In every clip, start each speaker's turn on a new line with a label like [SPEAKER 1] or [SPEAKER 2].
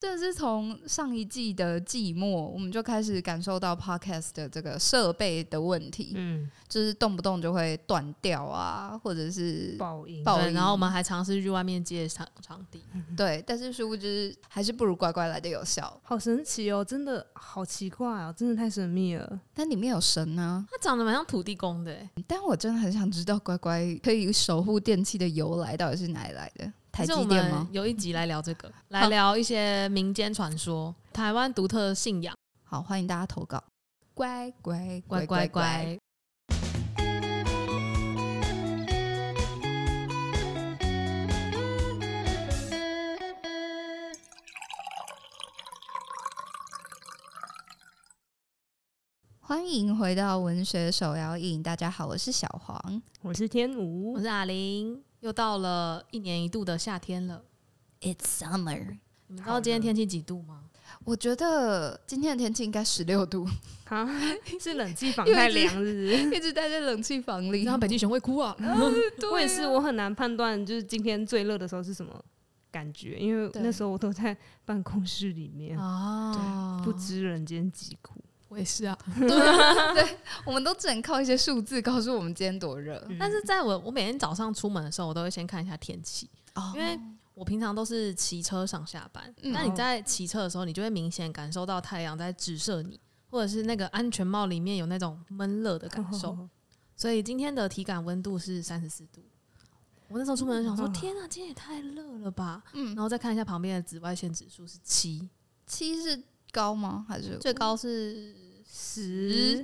[SPEAKER 1] 这是从上一季的季末，我们就开始感受到 podcast 的这个设备的问题，
[SPEAKER 2] 嗯，
[SPEAKER 1] 就是动不动就会断掉啊，或者是
[SPEAKER 2] 报应。
[SPEAKER 1] 爆
[SPEAKER 3] 对，
[SPEAKER 1] 音
[SPEAKER 3] 然后我们还尝试去外面借场场地，
[SPEAKER 1] 对，但是殊不知还是不如乖乖来的有效。
[SPEAKER 2] 好神奇哦，真的好奇怪哦，真的太神秘了。
[SPEAKER 1] 但里面有神呢、
[SPEAKER 3] 它长得蛮像土地公的欸，
[SPEAKER 1] 但我真的很想知道乖乖可以守护电器的由来到底是哪里来的？台
[SPEAKER 3] 还是
[SPEAKER 1] 积
[SPEAKER 3] 我
[SPEAKER 1] 电
[SPEAKER 3] 们
[SPEAKER 1] 吗？
[SPEAKER 3] 有一集来聊这个，来聊一些民间传说、台湾独特的信仰，
[SPEAKER 1] 好，欢迎大家投稿。乖乖
[SPEAKER 3] 乖乖乖。
[SPEAKER 1] 欢迎回到文学手摇印，大家好，我是小黄。
[SPEAKER 2] 我是天
[SPEAKER 3] 我
[SPEAKER 2] 吴，
[SPEAKER 3] 是阿玲，又到了一年一度的夏天了。
[SPEAKER 1] It's summer。
[SPEAKER 3] 你们知道今天天气几度吗？
[SPEAKER 1] 我觉得今天的天气应该十六度，
[SPEAKER 2] 啊，是冷气房
[SPEAKER 1] 因为
[SPEAKER 2] 太
[SPEAKER 1] 是
[SPEAKER 2] 凉，是不是？
[SPEAKER 1] 一直待在冷气房
[SPEAKER 3] 你
[SPEAKER 1] 里
[SPEAKER 3] 知。道 北极熊会哭啊？
[SPEAKER 2] 我也是，我很难判断，就是今天最热的时候是什么感觉，因为
[SPEAKER 1] 对
[SPEAKER 2] 那时候我都在办公室里面，
[SPEAKER 3] 啊，
[SPEAKER 2] 不知人间疾苦。
[SPEAKER 3] 我也是啊。
[SPEAKER 1] 我们都只能靠一些数字告诉我们今天多热。
[SPEAKER 3] 但是在我我每天早上出门的时候，我都会先看一下天气，
[SPEAKER 1] 哦
[SPEAKER 3] 因为我平常都是骑车上下班。
[SPEAKER 1] 嗯
[SPEAKER 3] 那你在骑车的时候，你就会明显感受到太阳在直射你，或者是那个安全帽里面有那种闷热的感受。
[SPEAKER 2] 哦
[SPEAKER 3] 所以今天的体感温度是三十四度。我那时候出门就想说，
[SPEAKER 2] 嗯
[SPEAKER 3] 天啊，今天也太热了吧！
[SPEAKER 1] 嗯
[SPEAKER 3] 然后再看一下旁边的紫外线指数是七，
[SPEAKER 1] 七是高吗？还是
[SPEAKER 3] 最高是，
[SPEAKER 2] 十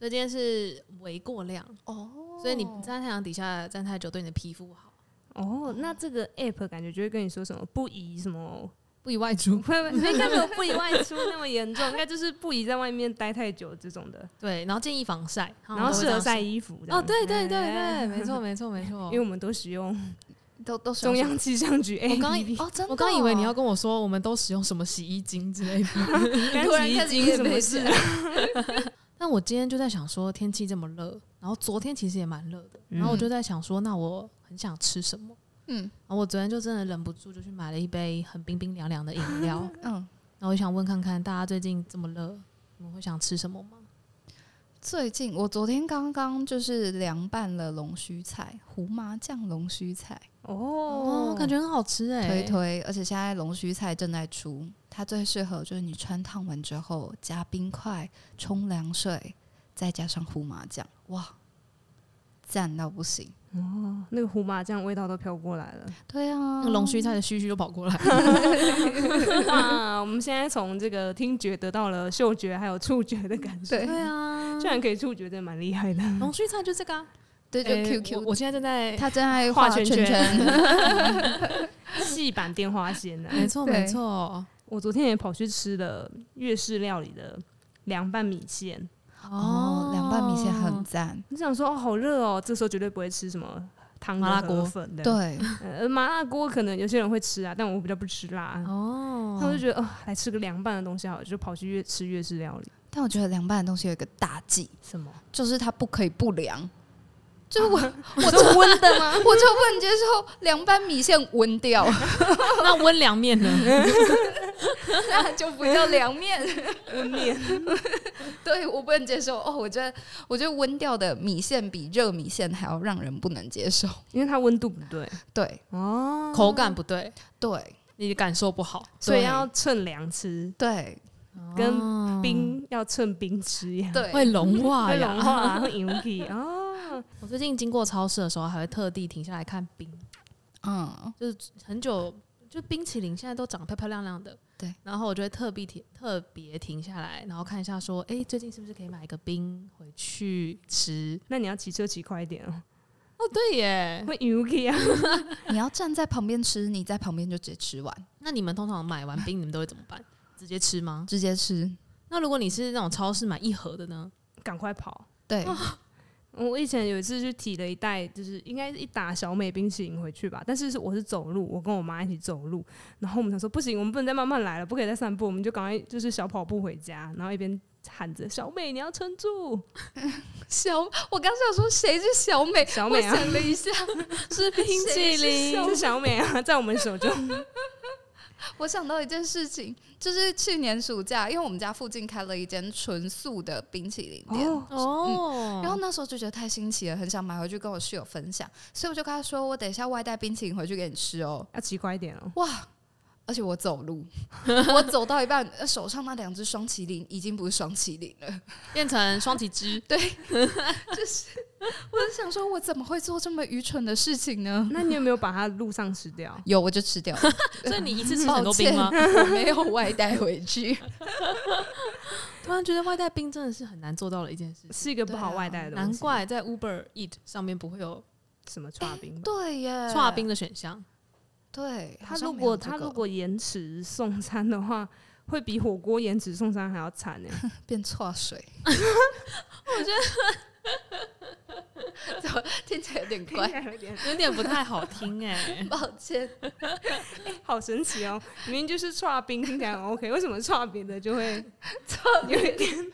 [SPEAKER 3] 所以今天是微过量，
[SPEAKER 1] 哦？
[SPEAKER 3] 所以你站在太阳底下站太久对你的皮肤不好，
[SPEAKER 2] 哦，那这个 app 感觉就会跟你说什么不宜什么，
[SPEAKER 3] 不宜外出。
[SPEAKER 2] 不会不会应该没有不宜外出那么严重，应该就是不宜在外面待太久这种的，
[SPEAKER 3] 对，然后建议防晒，
[SPEAKER 2] 然后适合晒衣服这
[SPEAKER 3] 哦，
[SPEAKER 2] 样。
[SPEAKER 3] 对对对对，
[SPEAKER 2] 哎
[SPEAKER 3] 没错没错没错。
[SPEAKER 2] 因为我们都使用
[SPEAKER 1] 都都
[SPEAKER 2] 中央气象局 A
[SPEAKER 3] 我
[SPEAKER 2] P
[SPEAKER 3] 刚
[SPEAKER 2] P，
[SPEAKER 1] 哦，真的、
[SPEAKER 3] 我刚以为你要。跟我说，我们都使用什么洗衣精之 类的，
[SPEAKER 1] 突然开始夜
[SPEAKER 2] 什
[SPEAKER 1] 配
[SPEAKER 2] 么
[SPEAKER 1] 起
[SPEAKER 2] 事
[SPEAKER 1] 来？
[SPEAKER 3] 但我今天就在想说，天气这么热，然后昨天其实也蛮热的，然后我就在想说，那我很想吃什么？
[SPEAKER 1] 嗯
[SPEAKER 3] 然后我昨天就真的忍不住就去买了一杯很冰冰凉凉的饮料，
[SPEAKER 1] 嗯，
[SPEAKER 3] 然后我想问看看大家最近这么热，你们会想吃什么吗？
[SPEAKER 1] 最近我昨天刚刚就是凉拌了龙须菜，胡麻酱龙须菜，
[SPEAKER 2] 哦
[SPEAKER 3] 哦，，感觉很好吃哎、
[SPEAKER 1] 推推，而且现在龙须菜正在出，它最适合就是你穿烫完之后加冰块、冲凉水，再加上胡麻酱，哇，赞到不行！
[SPEAKER 2] 那个胡麻酱味道都飘过来了。
[SPEAKER 1] 对啊，
[SPEAKER 3] 那个龙须菜的须须都跑过来，
[SPEAKER 2] 哇，我们现在从这个听觉得到了嗅觉还有触觉的感受，
[SPEAKER 1] 对
[SPEAKER 3] 啊
[SPEAKER 2] 居然可以触觉，真的蛮厉 害的。
[SPEAKER 3] 龙须菜就 这个、啊，
[SPEAKER 1] 对就
[SPEAKER 3] 哎
[SPEAKER 1] QQ，、
[SPEAKER 3] 我我现在正 在，
[SPEAKER 1] 它真爱
[SPEAKER 2] 画
[SPEAKER 1] 画
[SPEAKER 2] 圈
[SPEAKER 1] 圈
[SPEAKER 2] 圈
[SPEAKER 1] 圈
[SPEAKER 2] 细版电花鲜呢、
[SPEAKER 3] 没错
[SPEAKER 1] 对
[SPEAKER 3] 没错，
[SPEAKER 2] 嗯我昨天也跑去吃了粤式料理的凉拌米线，
[SPEAKER 1] 哦，凉拌米线很赞，
[SPEAKER 2] 我想说哦，好热哦，这时候绝对不会吃什么汤的
[SPEAKER 3] 麻辣锅
[SPEAKER 2] 河粉的，
[SPEAKER 1] 对，
[SPEAKER 2] 呃，麻辣锅可能有些人会吃啊，但我比较不吃辣。
[SPEAKER 3] 哦，
[SPEAKER 2] 他们就觉得哦，来吃个凉拌的东西好了，就跑去粤吃粤式料理。
[SPEAKER 1] 但我觉得凉拌的东西有一个大忌，
[SPEAKER 2] 什么？
[SPEAKER 1] 就是它不可以不凉。就我，我就温的吗？我就不能接受凉拌米线温掉，
[SPEAKER 3] 那温凉面呢？
[SPEAKER 1] 那 就不叫凉面。
[SPEAKER 2] 温面？
[SPEAKER 1] 对我不能接受哦，我觉得我觉得温掉的米线比热米线还要让人不能接受。
[SPEAKER 2] 因为它温度不对
[SPEAKER 1] 对
[SPEAKER 2] 哦，
[SPEAKER 3] 口感不对，
[SPEAKER 1] 对
[SPEAKER 3] 你的感受不好，
[SPEAKER 2] 所以
[SPEAKER 1] 对啊
[SPEAKER 2] 要趁凉吃，
[SPEAKER 1] 对
[SPEAKER 2] 跟
[SPEAKER 3] 哦
[SPEAKER 2] 冰要趁冰吃一样，
[SPEAKER 3] 会
[SPEAKER 1] 对，
[SPEAKER 3] 融化
[SPEAKER 2] 会
[SPEAKER 3] 呀。
[SPEAKER 2] 融化，会引起哦。
[SPEAKER 3] 我最近经过超市的时候，还会特地停下来看冰，
[SPEAKER 1] 嗯，
[SPEAKER 3] 很久就冰淇淋现在都长得漂漂亮亮的，
[SPEAKER 1] 对。
[SPEAKER 3] 然后我就会特别停特别停下来，然后看一下说，哎、最近是不是可以买一个冰回去吃？
[SPEAKER 2] 那你要骑车骑快一点哦，
[SPEAKER 3] 哦，对耶。
[SPEAKER 2] 会引起啊。
[SPEAKER 1] 你要站在旁边吃，你在旁边就直接吃完，
[SPEAKER 3] 那你们通常买完冰，你们都会怎么办？ 直接吃吗？
[SPEAKER 1] 直接吃。
[SPEAKER 3] 那如果你是那种超市买一盒的呢？
[SPEAKER 2] 赶快跑！
[SPEAKER 1] 对，
[SPEAKER 2] 我以前有一次去提了一袋，就是应该是一打小美冰淇淋回去吧，但是是我是走路，我跟我妈一起走路，然后我们想说不行，我们不能再慢慢来了，不可以再散步，我们就赶快就是小跑步回家，然后一边喊着小美你要撑住，
[SPEAKER 1] 小，我刚想说谁是小美，
[SPEAKER 2] 小美啊
[SPEAKER 1] 我想了一下，
[SPEAKER 3] 是冰淇
[SPEAKER 1] 谁是
[SPEAKER 3] 淋
[SPEAKER 1] 小
[SPEAKER 2] 是小美啊，在我们手中，
[SPEAKER 1] 我想到一件事情，就是去年暑假，因为我们家附近开了一间纯素的冰淇淋店，
[SPEAKER 2] 哦，
[SPEAKER 3] 哦
[SPEAKER 1] 然后那时候就觉得太新奇了，很想买回去跟我室友分享，所以我就跟他说：“我等一下外带冰淇淋回去给你吃哦。
[SPEAKER 2] 要奇怪一点哦”。
[SPEAKER 1] 哇！而且我走路，我走到一半，呃手上那两只双麒麟已经不是双麒麟了。
[SPEAKER 3] 变成双体枝，
[SPEAKER 1] 我就想说，我怎么会做这么愚蠢的事情呢？
[SPEAKER 2] 那你有没有把它路上吃掉？
[SPEAKER 1] 有我就吃掉了，
[SPEAKER 3] 所以你一次 吃很多冰
[SPEAKER 1] 抱？
[SPEAKER 3] 吗
[SPEAKER 1] 歉我没有外带回去。
[SPEAKER 3] 突然觉得外带冰真的是很难做到的一件事，
[SPEAKER 2] 是一个不好外带的东
[SPEAKER 3] 难
[SPEAKER 1] 啊
[SPEAKER 2] 西，
[SPEAKER 3] 怪在 Uber Eat 上面不会有
[SPEAKER 2] 什么串冰吧。
[SPEAKER 1] 对耶，
[SPEAKER 3] 串冰的选项。
[SPEAKER 1] 对，
[SPEAKER 2] 他
[SPEAKER 1] 好像
[SPEAKER 2] 如
[SPEAKER 1] 没
[SPEAKER 2] 果
[SPEAKER 1] 有这
[SPEAKER 2] 他
[SPEAKER 1] 个
[SPEAKER 2] 如果延迟送餐的话，会比火锅延迟送餐还要惨欸呢。
[SPEAKER 1] 变错水，我觉得 怎么听起来有点 怪，
[SPEAKER 2] 有点
[SPEAKER 3] 有点不太好听哎、
[SPEAKER 1] 抱歉。
[SPEAKER 2] 好神奇哦！明明就是串冰听起来很 OK，为什么串别的就会有一点？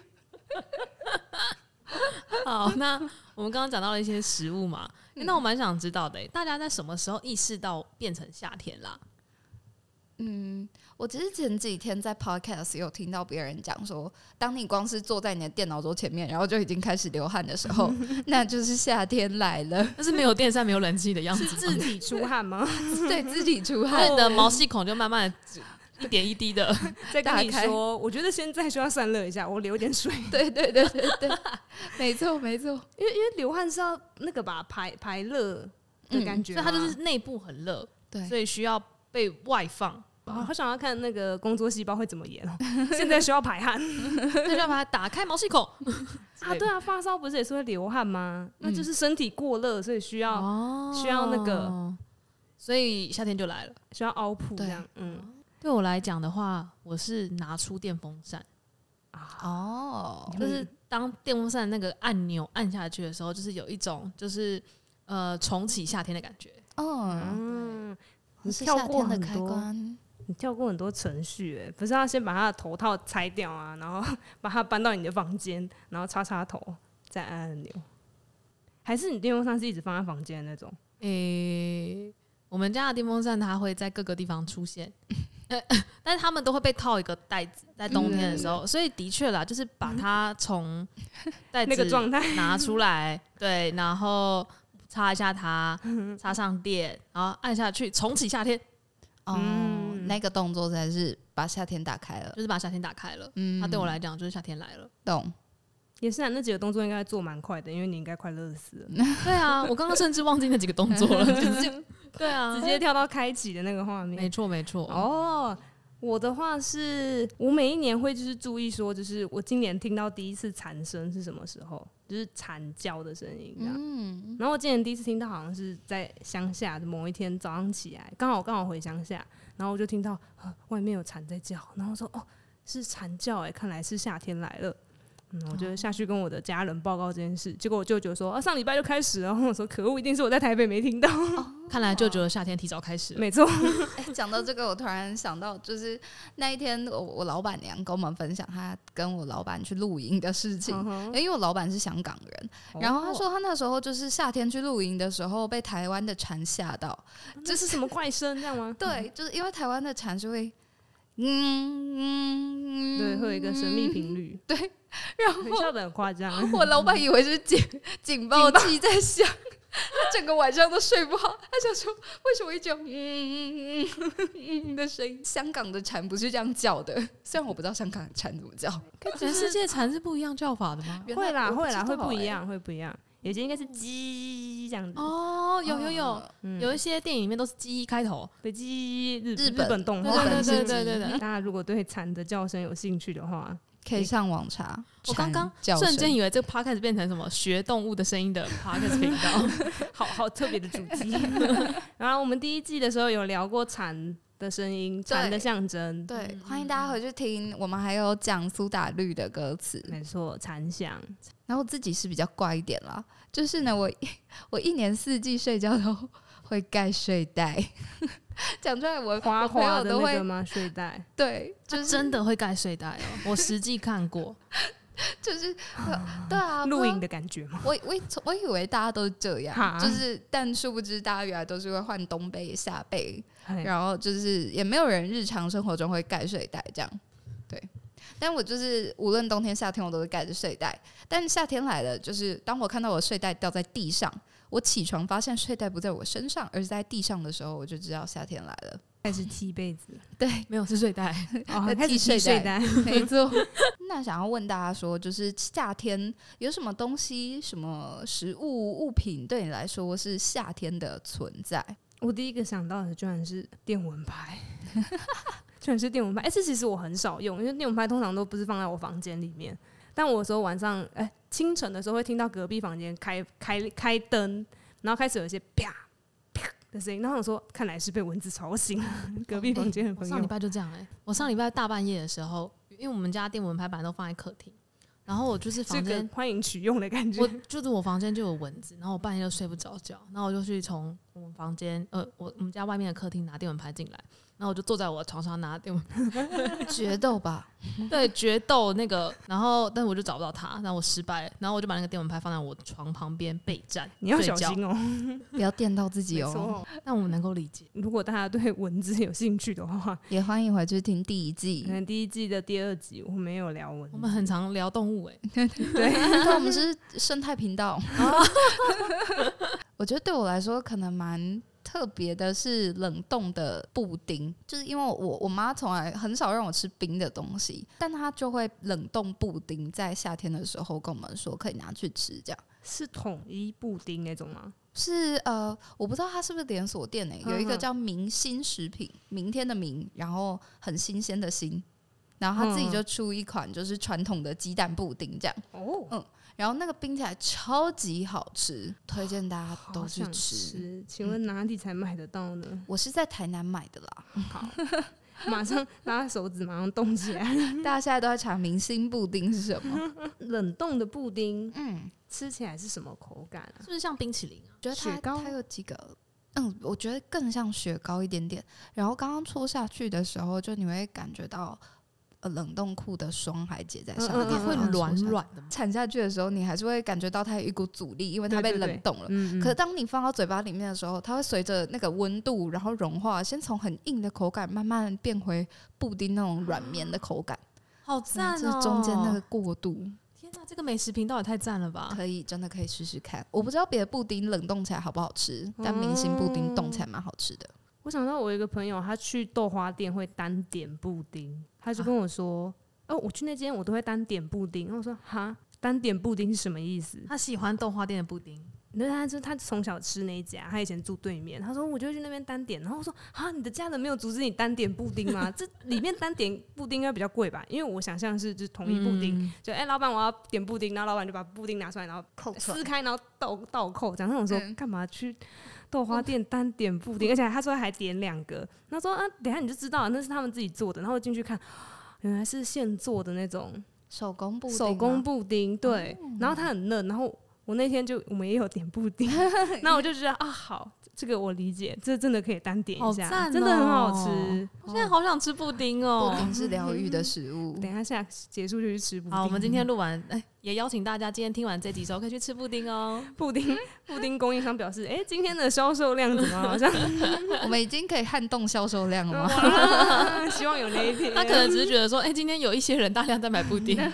[SPEAKER 3] 好，那我们刚刚讲到了一些食物嘛，欸那我蛮想知道的欸、大家在什么时候意识到变成夏天啦？
[SPEAKER 1] 嗯，我只是前几天在 podcast 有听到别人讲说，当你光是坐在你的电脑桌前面，然后就已经开始流汗的时 候，那就是夏天来了，
[SPEAKER 3] 但是没有电扇、没有冷气的样子
[SPEAKER 2] 是
[SPEAKER 3] 吗，
[SPEAKER 2] 自己出汗 吗？
[SPEAKER 1] 对自己出
[SPEAKER 3] 所以
[SPEAKER 2] 哦
[SPEAKER 1] 汗
[SPEAKER 3] 你。的毛细孔就慢慢的一点一滴 的。
[SPEAKER 2] 再跟你
[SPEAKER 1] 打开
[SPEAKER 2] 说，我觉得现在就要散热一下，我流点水，
[SPEAKER 1] 对对对对对，没错没错，
[SPEAKER 2] 因为因为流汗是要那个吧排排热 的
[SPEAKER 1] 嗯
[SPEAKER 2] 感觉
[SPEAKER 3] 所以
[SPEAKER 2] 嘛、
[SPEAKER 3] 它就是内部很热，
[SPEAKER 1] 对
[SPEAKER 3] 所以需要被外放，
[SPEAKER 2] 我哦好想要看那个工作细胞会怎么演哦。 现在需要排汗
[SPEAKER 3] 所以就要把它打开毛细孔。
[SPEAKER 2] 啊，对啊，发烧不是也是会流汗吗？那就是身体过热，所以需要、
[SPEAKER 3] 哦
[SPEAKER 2] 需要那个，
[SPEAKER 3] 所以夏天就来了。
[SPEAKER 2] 需要凹铺这
[SPEAKER 1] 对
[SPEAKER 2] 样，嗯，
[SPEAKER 3] 对我来讲的话，我是拿出电风扇，
[SPEAKER 1] 哦，
[SPEAKER 3] 就是当电风扇那个按钮按下去的时候，就是有一种就是呃重启夏天的感觉。
[SPEAKER 1] 嗯，
[SPEAKER 2] 嗯，你
[SPEAKER 1] 哦是
[SPEAKER 2] 跳
[SPEAKER 1] 夏
[SPEAKER 2] 过
[SPEAKER 1] 天的
[SPEAKER 2] 很
[SPEAKER 1] 开
[SPEAKER 2] 多
[SPEAKER 1] 关，
[SPEAKER 2] 你跳过很多程序、欸，不是要先把他的头套拆掉啊，然后 把它搬到你的房间，然后插插头，再按按钮，还是你电风扇是一直放在房间的那种？
[SPEAKER 3] 诶、我们家的电风扇它会在各个地方出现，呃但是它们都会被套一个袋子，在冬天的时
[SPEAKER 2] 嗯
[SPEAKER 3] 候，所以的确啦，就是把它 从袋子
[SPEAKER 2] 那个状态
[SPEAKER 3] 拿出来，对，然后插一下它， 插上电，然后按下去，重启夏天，
[SPEAKER 1] 哦，
[SPEAKER 2] 嗯
[SPEAKER 1] 那个动作才是把夏天打开了。
[SPEAKER 3] 就是把夏天打开了。
[SPEAKER 1] 嗯，
[SPEAKER 2] 啊
[SPEAKER 3] 那对我来讲就是夏天来了。
[SPEAKER 1] 懂，
[SPEAKER 2] 也是啊，那几个动作应该做蛮快的，因为你应该快热死了，
[SPEAKER 3] 对啊，我刚刚甚至忘记那几个动作 了，就是这对啊，
[SPEAKER 2] 直接跳到开启的那个画面
[SPEAKER 3] 没。错没错。
[SPEAKER 2] 哦，我的话是我每一年会就是注意说，就是我今年听到第一次蝉声是什么时候，就是蝉叫的声音这样。
[SPEAKER 1] 嗯，
[SPEAKER 2] 然后我今年第一次听到，好像是在乡下的某一天早上起来，刚好刚好回乡下，然后我就听到呃外面有蝉在叫，然后我说哦是蝉叫哎、看来是夏天来了。嗯，我就下去跟我的家人报告这件事，结果我舅舅说啊上礼拜就开始了， 然后我说可恶，一定是我在台北没 听到。
[SPEAKER 3] 看来就觉得夏天提早开始了。
[SPEAKER 2] 没错，
[SPEAKER 1] 哎 讲到这个，我突然想到，就是那一天我我老板娘跟我们分享她跟我老板去露营的事情，
[SPEAKER 2] 嗯
[SPEAKER 1] 因为我老板是香港人，然
[SPEAKER 2] 哦
[SPEAKER 1] 后她说她那时候就是夏天去露营的时候被台湾的蝉吓到，
[SPEAKER 2] 这啊是什么怪声这样 吗？
[SPEAKER 1] 对，就是因为台湾的蝉是会。嗯嗯，
[SPEAKER 2] 对，会有一个神秘频率，对，然后笑得很夸张，
[SPEAKER 1] 我老板以为是警警报器在响，他整个晚上都睡不好。他想说，为什么一直有嗯嗯嗯嗯嗯的声音？香港的蝉不是这样叫的，虽然我不知道香港的蝉怎么叫。
[SPEAKER 3] 全世界哎蝉是不一样叫法的 吗？
[SPEAKER 1] 原来
[SPEAKER 2] 会啦
[SPEAKER 1] 我
[SPEAKER 2] 会啦，
[SPEAKER 1] 知
[SPEAKER 2] 会
[SPEAKER 1] 道
[SPEAKER 2] 不一
[SPEAKER 1] 欸。
[SPEAKER 2] 样，会不一样，有些应该是鸡这样子，
[SPEAKER 3] 哦，有有有，
[SPEAKER 1] 嗯
[SPEAKER 2] 嗯
[SPEAKER 3] 有一些电影里面都是鸡一开头，
[SPEAKER 2] 北极日
[SPEAKER 1] 日
[SPEAKER 2] 本
[SPEAKER 1] 本
[SPEAKER 2] 动
[SPEAKER 3] 对
[SPEAKER 2] 画，
[SPEAKER 3] 对
[SPEAKER 1] 是
[SPEAKER 3] 对
[SPEAKER 1] 鸡
[SPEAKER 3] 对对对。
[SPEAKER 2] 大家如果对蝉的叫声有兴趣的 话，
[SPEAKER 1] 可以上网查。
[SPEAKER 3] 我刚刚
[SPEAKER 1] 蝉叫
[SPEAKER 3] 瞬间
[SPEAKER 1] 声
[SPEAKER 3] 以为这个 podcast 变成什么学动物的声音的 podcast 频 道，
[SPEAKER 2] 好好特别的主 题。然后我们第一季的时候有聊过蝉的声音，蝉的象征，
[SPEAKER 1] 对，欢迎大家回去听。我们还有讲苏打绿的歌词，
[SPEAKER 2] 没错，蝉响。
[SPEAKER 1] 然后自己是比较怪一点啦，就是呢，我一 我一年四季睡觉都会盖睡袋， 讲出来我
[SPEAKER 2] 花
[SPEAKER 1] 我朋
[SPEAKER 2] 花
[SPEAKER 1] 友
[SPEAKER 2] 的
[SPEAKER 1] 都
[SPEAKER 2] 那个
[SPEAKER 1] 会
[SPEAKER 2] 吗？睡袋，
[SPEAKER 1] 对，
[SPEAKER 3] 就真的会盖睡袋哦。我实际看过，
[SPEAKER 1] 就是对啊，
[SPEAKER 2] 露营
[SPEAKER 1] 的。
[SPEAKER 2] 的感觉 吗？
[SPEAKER 1] 我我以我以为大家都这
[SPEAKER 2] 哈
[SPEAKER 1] 样，就是但殊不知大家原来都是会换东北下北，
[SPEAKER 2] 嘿
[SPEAKER 1] 然后就是也没有人日常生活中会盖睡袋这样，对。但我就是无论冬天夏天，我都是盖着睡袋。但夏天来了，就是当我看到我的睡袋掉在地上，我起床发现睡袋不在我身上，而是在地上的时候，我就知道夏天来 了。
[SPEAKER 2] 开始踢被子，
[SPEAKER 1] 对，
[SPEAKER 3] 没有是睡袋，
[SPEAKER 2] 哦
[SPEAKER 1] 在，
[SPEAKER 2] 开
[SPEAKER 1] 踢
[SPEAKER 2] 始踢
[SPEAKER 1] 睡
[SPEAKER 2] 睡袋，
[SPEAKER 1] 没错。那想要问大家说，就是夏天有什么东西、什么食物、物品对你来说是夏天的存在？
[SPEAKER 2] 我第一个想到的居然是电蚊 拍，居然是电蚊拍。哎、这其实我很少用，因为电蚊拍通常都不是放在我房间里面。但我有时候晚上，哎、清晨的时候会听到隔壁房间开开开灯，然后开始有一些啪啪的声音，然后我说，看来是被蚊子吵醒了。 隔壁房间的
[SPEAKER 3] 我
[SPEAKER 2] 朋友，
[SPEAKER 3] 上礼拜就这样哎、我上礼拜大半夜的时候，因为我们家电蚊拍本来都放在客厅，然后我就是
[SPEAKER 2] 这
[SPEAKER 3] 房
[SPEAKER 2] 个
[SPEAKER 3] 间
[SPEAKER 2] 欢迎取用的感 觉
[SPEAKER 3] 我。就是我房间就有蚊子，然后我半夜就睡不着觉，然后我就去从我们房间呃我我们家外面的客厅拿电蚊拍进来，然后我就坐在我的床上拿电蚊
[SPEAKER 1] 决斗吧，
[SPEAKER 3] 对决斗那个，然后但是我就找不到它，然后我失败了，然后我就把那个电蚊拍放在我床旁边备战，
[SPEAKER 2] 你要
[SPEAKER 3] 睡
[SPEAKER 2] 小
[SPEAKER 3] 觉。
[SPEAKER 2] 心哦、
[SPEAKER 1] 不要电到自己
[SPEAKER 2] 没
[SPEAKER 1] 哦。
[SPEAKER 2] 错。
[SPEAKER 3] 但我们能够理解，
[SPEAKER 2] 如果大家对蚊子有兴趣的话，
[SPEAKER 1] 也欢迎回去听第一季
[SPEAKER 2] 可，能第一季的第二集我们也有聊蚊
[SPEAKER 3] 我
[SPEAKER 2] 子。
[SPEAKER 3] 们很常聊动物哎、
[SPEAKER 1] 对，我们是生态频道。 我觉得对我来说可能蛮特别的是冷冻的布丁，就是因为我我妈从来很少让我吃冰的东西，但她就会冷冻布丁，在夏天的时候跟我们说可以拿去吃，这样
[SPEAKER 2] 是统一布丁那种吗？
[SPEAKER 1] 是呃，我不知道它是不是连锁店呢、有一
[SPEAKER 2] 嗯
[SPEAKER 1] 个
[SPEAKER 2] 哼
[SPEAKER 1] 叫明星食品，明天的明，然后很新鲜的新。然后他自
[SPEAKER 2] 嗯
[SPEAKER 1] 己就出一款就是传统的鸡蛋布丁这样，
[SPEAKER 2] 哦
[SPEAKER 1] 然后那个冰起来超级好吃，推荐大家
[SPEAKER 2] 好
[SPEAKER 1] 都去
[SPEAKER 2] 想
[SPEAKER 1] 吃。嗯
[SPEAKER 2] 吃。请问哪里才买得到呢？
[SPEAKER 1] 我是在台南买的啦，
[SPEAKER 2] 好，马上拉手指，马上动起来。
[SPEAKER 1] 大家现在都在查明星布丁是什么。
[SPEAKER 2] 冷冻的布丁
[SPEAKER 1] 嗯，
[SPEAKER 2] 吃起来是什么口感啊
[SPEAKER 3] 是？不是像冰淇淋啊？
[SPEAKER 1] 觉得它
[SPEAKER 2] 雪糕
[SPEAKER 1] 它有几个，嗯，我觉得更像雪糕一点点。然后刚刚戳下去的时候，就你会感觉到呃冷冻库的霜还结在上
[SPEAKER 2] 嗯
[SPEAKER 1] 面，
[SPEAKER 2] 嗯嗯
[SPEAKER 3] 它会
[SPEAKER 1] 然后戳
[SPEAKER 3] 软
[SPEAKER 1] 下去。
[SPEAKER 3] 软的吗？
[SPEAKER 1] 铲下去的时候，你还是会感觉到它有一股阻力，因为它
[SPEAKER 2] 对
[SPEAKER 1] 被
[SPEAKER 2] 对对
[SPEAKER 1] 冷冻了。
[SPEAKER 2] 嗯，
[SPEAKER 1] 可当你放到嘴巴里面的时候，它会随着那个温度，然后融化，先从很硬的口感慢慢变回布丁那种软绵的口感，
[SPEAKER 3] 好
[SPEAKER 1] 嗯
[SPEAKER 3] 赞
[SPEAKER 1] 就
[SPEAKER 3] 哦、
[SPEAKER 1] 是中间那个过渡，
[SPEAKER 3] 天哪、这个美食频道也太赞了
[SPEAKER 2] 啊
[SPEAKER 3] 吧！
[SPEAKER 1] 可以真的可以试试看。我不知道别的布丁冷冻起来好不好吃，
[SPEAKER 2] 嗯
[SPEAKER 1] 但明星布丁冻起来蛮好吃的。
[SPEAKER 2] 我想到我有一个朋友，他去豆花店会单点布丁，他
[SPEAKER 1] 啊
[SPEAKER 2] 就跟我说：“哦，我去那间我都会单点布丁。”然后我说：“哈，单点布丁是什么意思？”
[SPEAKER 3] 他喜欢豆花店的布丁，
[SPEAKER 2] 那他就他从小吃那一家，他以前住对面。他说我就会去那边单点，然后我说啊，你的家人没有阻止你单点布丁吗？这里面单点布丁应该比较贵吧？因为我想象是就是统一布丁，就哎、老板我要点布丁，然后老板就把布丁拿出来，然后
[SPEAKER 1] 扣
[SPEAKER 2] 撕开，然后倒倒扣这样。然后我说
[SPEAKER 1] 嗯
[SPEAKER 2] 干嘛去豆花店单点布丁？而且他说还点两个，他说啊，等一下你就知道了那是他们自己做的。然后我进去看，原来是现做的那种。
[SPEAKER 1] 手工布丁，啊
[SPEAKER 2] 手工，布丁，对，
[SPEAKER 3] 哦
[SPEAKER 2] 然后它很嫩，然后我那天就我们也有点布 丁，那我就觉得啊，好，这个我理解，这真的可以单点一
[SPEAKER 3] 好
[SPEAKER 2] 下，
[SPEAKER 3] 赞
[SPEAKER 2] 真的很好
[SPEAKER 3] 哦
[SPEAKER 2] 吃。
[SPEAKER 3] 我现在好想吃布丁
[SPEAKER 1] 布
[SPEAKER 3] 哦、
[SPEAKER 1] 丁是疗愈的食 物。
[SPEAKER 2] 等一下下结束就去吃布丁，
[SPEAKER 3] 好，我们今天录完，哎、也邀请大家今天听完这集之后可以去吃布丁哦、
[SPEAKER 2] 布 丁布丁供应商表示，哎、今天的销售量怎么好 像
[SPEAKER 1] 我们已经可以撼动销售量了吗？
[SPEAKER 2] 哇希望有那一天。
[SPEAKER 3] 他可能只是觉得说，哎、今天有一些人大量在买布丁。哎、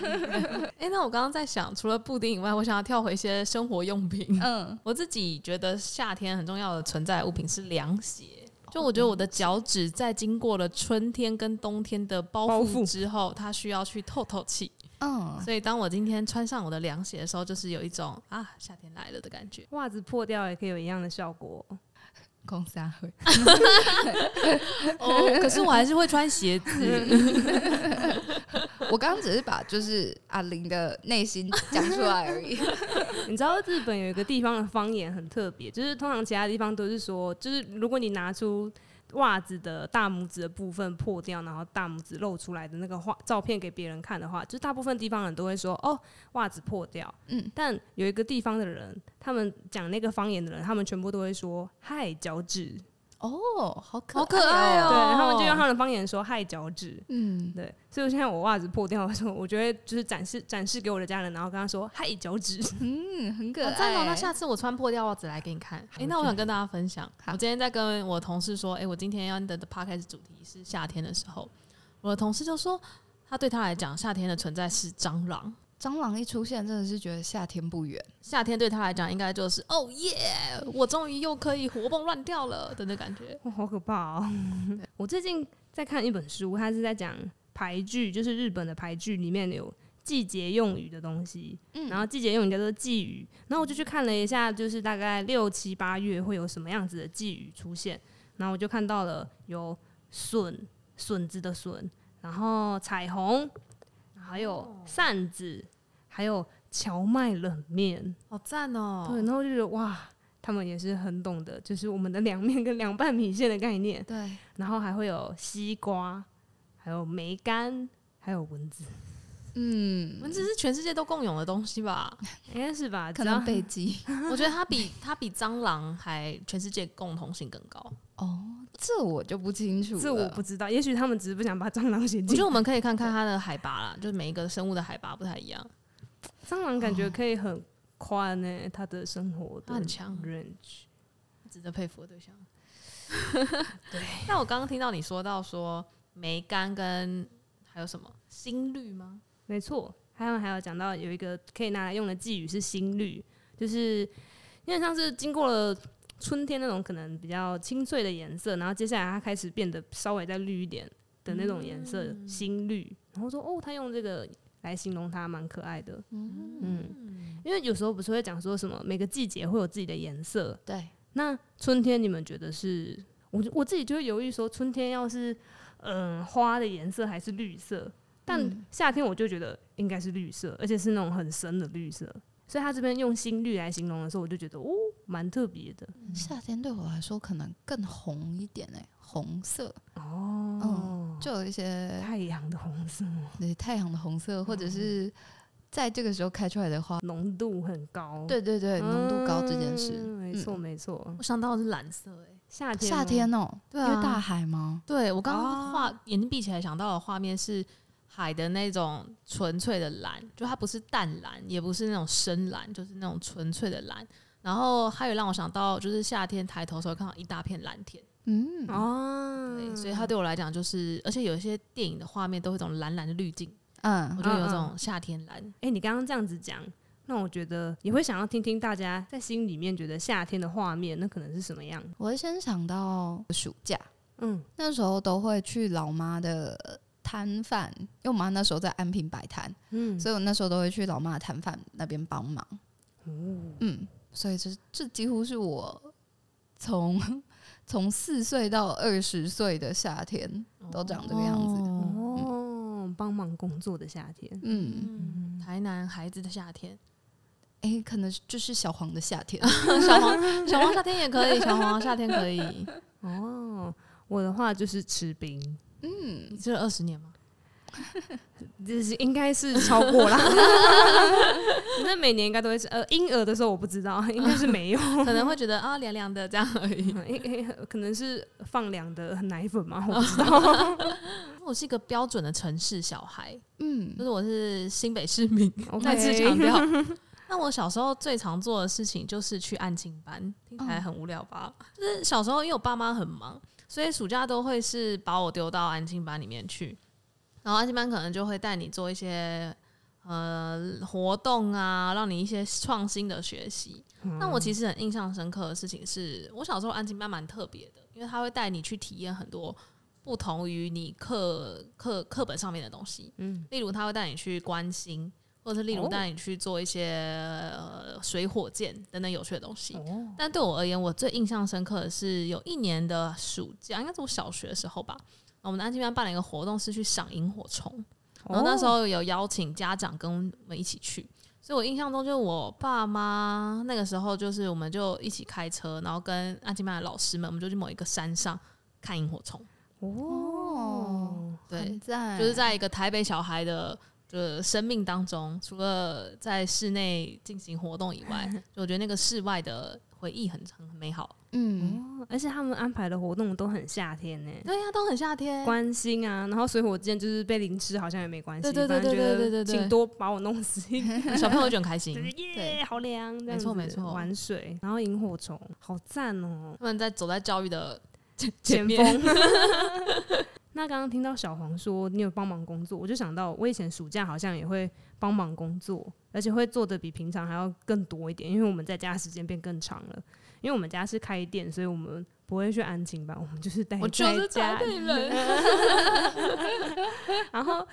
[SPEAKER 3] 那我刚刚在想，除了布丁以外，我想要跳回一些生活用品。
[SPEAKER 1] 嗯，
[SPEAKER 3] 我自己觉得夏天很重要的存在物品是凉鞋。就我觉得我的脚趾在经过了春天跟冬天的包
[SPEAKER 2] 包
[SPEAKER 3] 覆
[SPEAKER 2] 覆
[SPEAKER 3] 之后，它需要去透透气。
[SPEAKER 1] 嗯，
[SPEAKER 3] 所以当我今天穿上我的凉鞋的时候，就是有一种啊夏天来了的 感觉。
[SPEAKER 2] 袜子破掉也可以有一样的效果，
[SPEAKER 1] 公司啊会。
[SPEAKER 3] 哦，可是我还是会穿鞋子。
[SPEAKER 1] 我刚刚只是把就是阿玲的内心讲出来而已。
[SPEAKER 2] 你知道日本有一个地方的方言很特别，就是通常其他地方都是说，就是如果你拿出袜子的大拇指的部分破掉，然后大拇指露出来的那个画照片给别人看的话，就是大部分地方人都会说哦，袜子破掉。
[SPEAKER 1] 嗯，
[SPEAKER 2] 但有一个地方的人，他们讲那个方言的人，他们全部都会说嗨脚趾，
[SPEAKER 1] 哦，好可
[SPEAKER 3] 好可爱哦
[SPEAKER 2] 对他们就用他们的方言说“嗨脚趾
[SPEAKER 1] 嗯”，，
[SPEAKER 2] 对，所以我现在我袜子破掉的时候，我就会就是展示展示给我的家人，然后跟他说“嗨脚趾
[SPEAKER 1] 嗯，很可
[SPEAKER 3] 好
[SPEAKER 1] 爱。
[SPEAKER 3] 赞
[SPEAKER 2] 哎
[SPEAKER 3] 哦！那下次我穿破掉袜子来给你看。哎、那我想跟大家分享，
[SPEAKER 1] 好
[SPEAKER 3] 我今天在跟我同事说，哎、我今天要的 podcast 主题是夏天的时候，我的同事就说，他对他来讲，夏天的存在是蟑螂，
[SPEAKER 1] 蟑螂一出现，真的是觉得夏天不远。
[SPEAKER 3] 夏天对他来讲应该就是哦耶，我终于又可以活蹦乱跳了的那感觉”，。
[SPEAKER 2] 哇，好可怕哦！我最近在看一本书，它是在讲排剧，就是日本的排剧里面有季节用语的东西。
[SPEAKER 1] 嗯
[SPEAKER 2] 然后季节用语叫做季语，然后我就去看了一下，就是大概六七八月会有什么样子的季语出现，然后我就看到了有笋、笋子的笋，然后彩虹，还有扇子，还有荞麦冷面，
[SPEAKER 3] 好赞哦！
[SPEAKER 2] 对，然后我就觉得哇。他们也是很懂的，就是我们的凉面跟凉拌米线的概念，
[SPEAKER 1] 对，
[SPEAKER 2] 然后还会有西瓜，还有梅干，还有蚊子，
[SPEAKER 1] 嗯，
[SPEAKER 3] 蚊子是全世界都共有的东西吧？
[SPEAKER 2] 应该是吧？
[SPEAKER 1] 可
[SPEAKER 2] 只要
[SPEAKER 1] 能 北极
[SPEAKER 3] 我觉得它比它比蟑螂还全世界共同性更高。
[SPEAKER 1] 哦，这我就不清楚了。
[SPEAKER 2] 这我不知道，也许他们只是不想把蟑螂写
[SPEAKER 3] 我觉
[SPEAKER 2] 进
[SPEAKER 3] 得。我们可以看看它的海拔啦，就是每一个生物的海拔不太一样。
[SPEAKER 2] 蟑螂感觉可以很宽呢、它的生活的
[SPEAKER 3] 它很强
[SPEAKER 2] range。
[SPEAKER 3] 值得佩服的对象。对。那我刚刚听到你说到说梅干跟还有什么心率吗？
[SPEAKER 2] 没错，还有还有讲到有一个可以拿来用的寄语是心率，就是因为像是经过了春天那种可能比较清脆的颜色，然后接下来它开始变得稍微再绿一点的那种颜色，心绿。然后说哦，他用这个来形容它，蛮可爱的。嗯，因为有时候不是会讲说什么每个季节会有自己的颜色，
[SPEAKER 1] 对，
[SPEAKER 2] 那春天你们觉得是？我就我自己就会犹豫说，春天要是嗯花的颜色还是绿色，
[SPEAKER 1] 嗯
[SPEAKER 2] 但夏天我就觉得应该是绿色，而且是那种很深的绿色。所以他这边用新绿来形容的时候，我就觉得哦，蛮特别的
[SPEAKER 1] 嗯夏天对我来说可能更红一点哎、红色嗯
[SPEAKER 2] 哦，
[SPEAKER 1] 就有一些
[SPEAKER 2] 太阳的红色
[SPEAKER 1] 对太阳的红色，或者是在这个时候开出来的花，
[SPEAKER 2] 浓度很高，
[SPEAKER 1] 对对对，
[SPEAKER 2] 嗯，
[SPEAKER 1] 浓度高这件事。
[SPEAKER 2] 没错没错。
[SPEAKER 3] 我想到的是蓝色、欸，
[SPEAKER 2] 夏
[SPEAKER 1] 嗯
[SPEAKER 2] 天
[SPEAKER 1] 夏天哦、
[SPEAKER 3] 对啊
[SPEAKER 1] 因为大海吗？
[SPEAKER 3] 对我刚刚画、眼睛闭起来想到的画面是海的那种纯粹的蓝，就它不是淡蓝，也不是那种深蓝，就是那种纯粹的蓝。然后还有让我想到，就是夏天抬头的时候看到一大片蓝天，
[SPEAKER 1] 嗯，
[SPEAKER 2] 哦，
[SPEAKER 3] 对，所以它对我来讲就是，而且有一些电影的画面都会有一种蓝蓝的滤镜，我
[SPEAKER 1] 嗯，
[SPEAKER 3] 就有一种夏天蓝。
[SPEAKER 2] 哎、你刚刚这样子讲，那我觉得也会想要听听大家在心里面觉得夏天的画面，那可能是什么样？
[SPEAKER 1] 我会先想到暑假，
[SPEAKER 2] 嗯，
[SPEAKER 1] 那时候都会去老妈的摊贩，因为我妈那时候在安平摆摊，
[SPEAKER 2] 嗯
[SPEAKER 1] 所以我那时候都会去老妈的摊贩那边帮忙。嗯，所以这这几乎是我从从四岁到二十岁的夏天都长这个样子。
[SPEAKER 2] 哦，帮忙工作的夏天，
[SPEAKER 1] 嗯，
[SPEAKER 3] 嗯，台南孩子的夏天，
[SPEAKER 1] 哎、可能就是小黄的夏天。
[SPEAKER 3] 小黄小黄夏天也可以，小黄夏天可以。
[SPEAKER 2] 哦，我的话就是吃冰，
[SPEAKER 1] 嗯，
[SPEAKER 3] 你吃了二十年吗？
[SPEAKER 2] 就是应该是超过 啦。那每年应该都会吃，呃，婴儿的时候我不知道，应该是没 有，
[SPEAKER 3] 可能会觉得啊凉凉的这样而 已。
[SPEAKER 2] 可能是放凉的奶粉嘛，我不知 道。
[SPEAKER 3] 我是一个标准的城市小孩，
[SPEAKER 1] 嗯
[SPEAKER 3] 就是我是新北市民，
[SPEAKER 2] OK
[SPEAKER 3] 再次强调。 那我小时候最常做的事情就是去安亲班，听起来很无聊吧？就是小时候因为我爸妈很忙，所以暑假都会是把我丢到安亲班里面去，然后安亲班可能就会带你做一些呃活动啊，让你一些创新的学习。那我其实很印象深刻的事情是，我小时候安亲班蛮特别的，因为他会带你去体验很多不同于你课课课本上面的东西，嗯，例如他会带你去关心，或者是例如
[SPEAKER 2] 哦
[SPEAKER 3] 带你去做一些、呃水火箭等等有趣的东西。但对我而言，我最印象深刻的是有一年的暑假，应该是我小学的时候吧，我们的安亲班办了一个活动，是去赏萤火虫。
[SPEAKER 2] 哦
[SPEAKER 3] 然后那时候有邀请家长跟我们一起去，所以我印象中就是我爸妈那个时候就是我们就一起开车，然后跟安亲班的老师们，我们就去某一个山上看萤火虫。
[SPEAKER 2] 哦，
[SPEAKER 1] 哦，
[SPEAKER 3] 对
[SPEAKER 1] 很赞，
[SPEAKER 3] 嗯就是在一个台北小孩的就是生命当中，除了在室内进行活动以 外，就我觉得那个室外的回忆很很很美好。
[SPEAKER 1] 嗯，
[SPEAKER 2] 哦，而且他们安排的活动都很夏天呢、
[SPEAKER 3] 对呀、都很夏天。
[SPEAKER 2] 关心啊，然后水火箭就是被淋湿好像也没关系，
[SPEAKER 3] 对对对
[SPEAKER 2] 反正觉得
[SPEAKER 3] 对对对对对
[SPEAKER 2] 请多把我弄死一 点，
[SPEAKER 3] 小朋友就很开
[SPEAKER 2] 就
[SPEAKER 3] 心
[SPEAKER 2] 是，耶，好凉，这样
[SPEAKER 3] 没错
[SPEAKER 2] 子
[SPEAKER 3] 没错
[SPEAKER 2] 玩水，然后萤火虫，好赞哦、
[SPEAKER 3] 他们在走在教育的
[SPEAKER 2] 前
[SPEAKER 3] 面。
[SPEAKER 2] 锋。 那刚刚听到小黄说你有帮忙工作，我就想到我以前暑假好像也会帮忙工作，而且会做的比平常还要更多一点，因为我们在家时间变更长了。因为我们家是开店，所以我们不会去安静班，我们就是待
[SPEAKER 3] 我就
[SPEAKER 2] 在
[SPEAKER 3] 是
[SPEAKER 2] 家
[SPEAKER 3] 台
[SPEAKER 2] 里
[SPEAKER 3] 北人，
[SPEAKER 2] 然后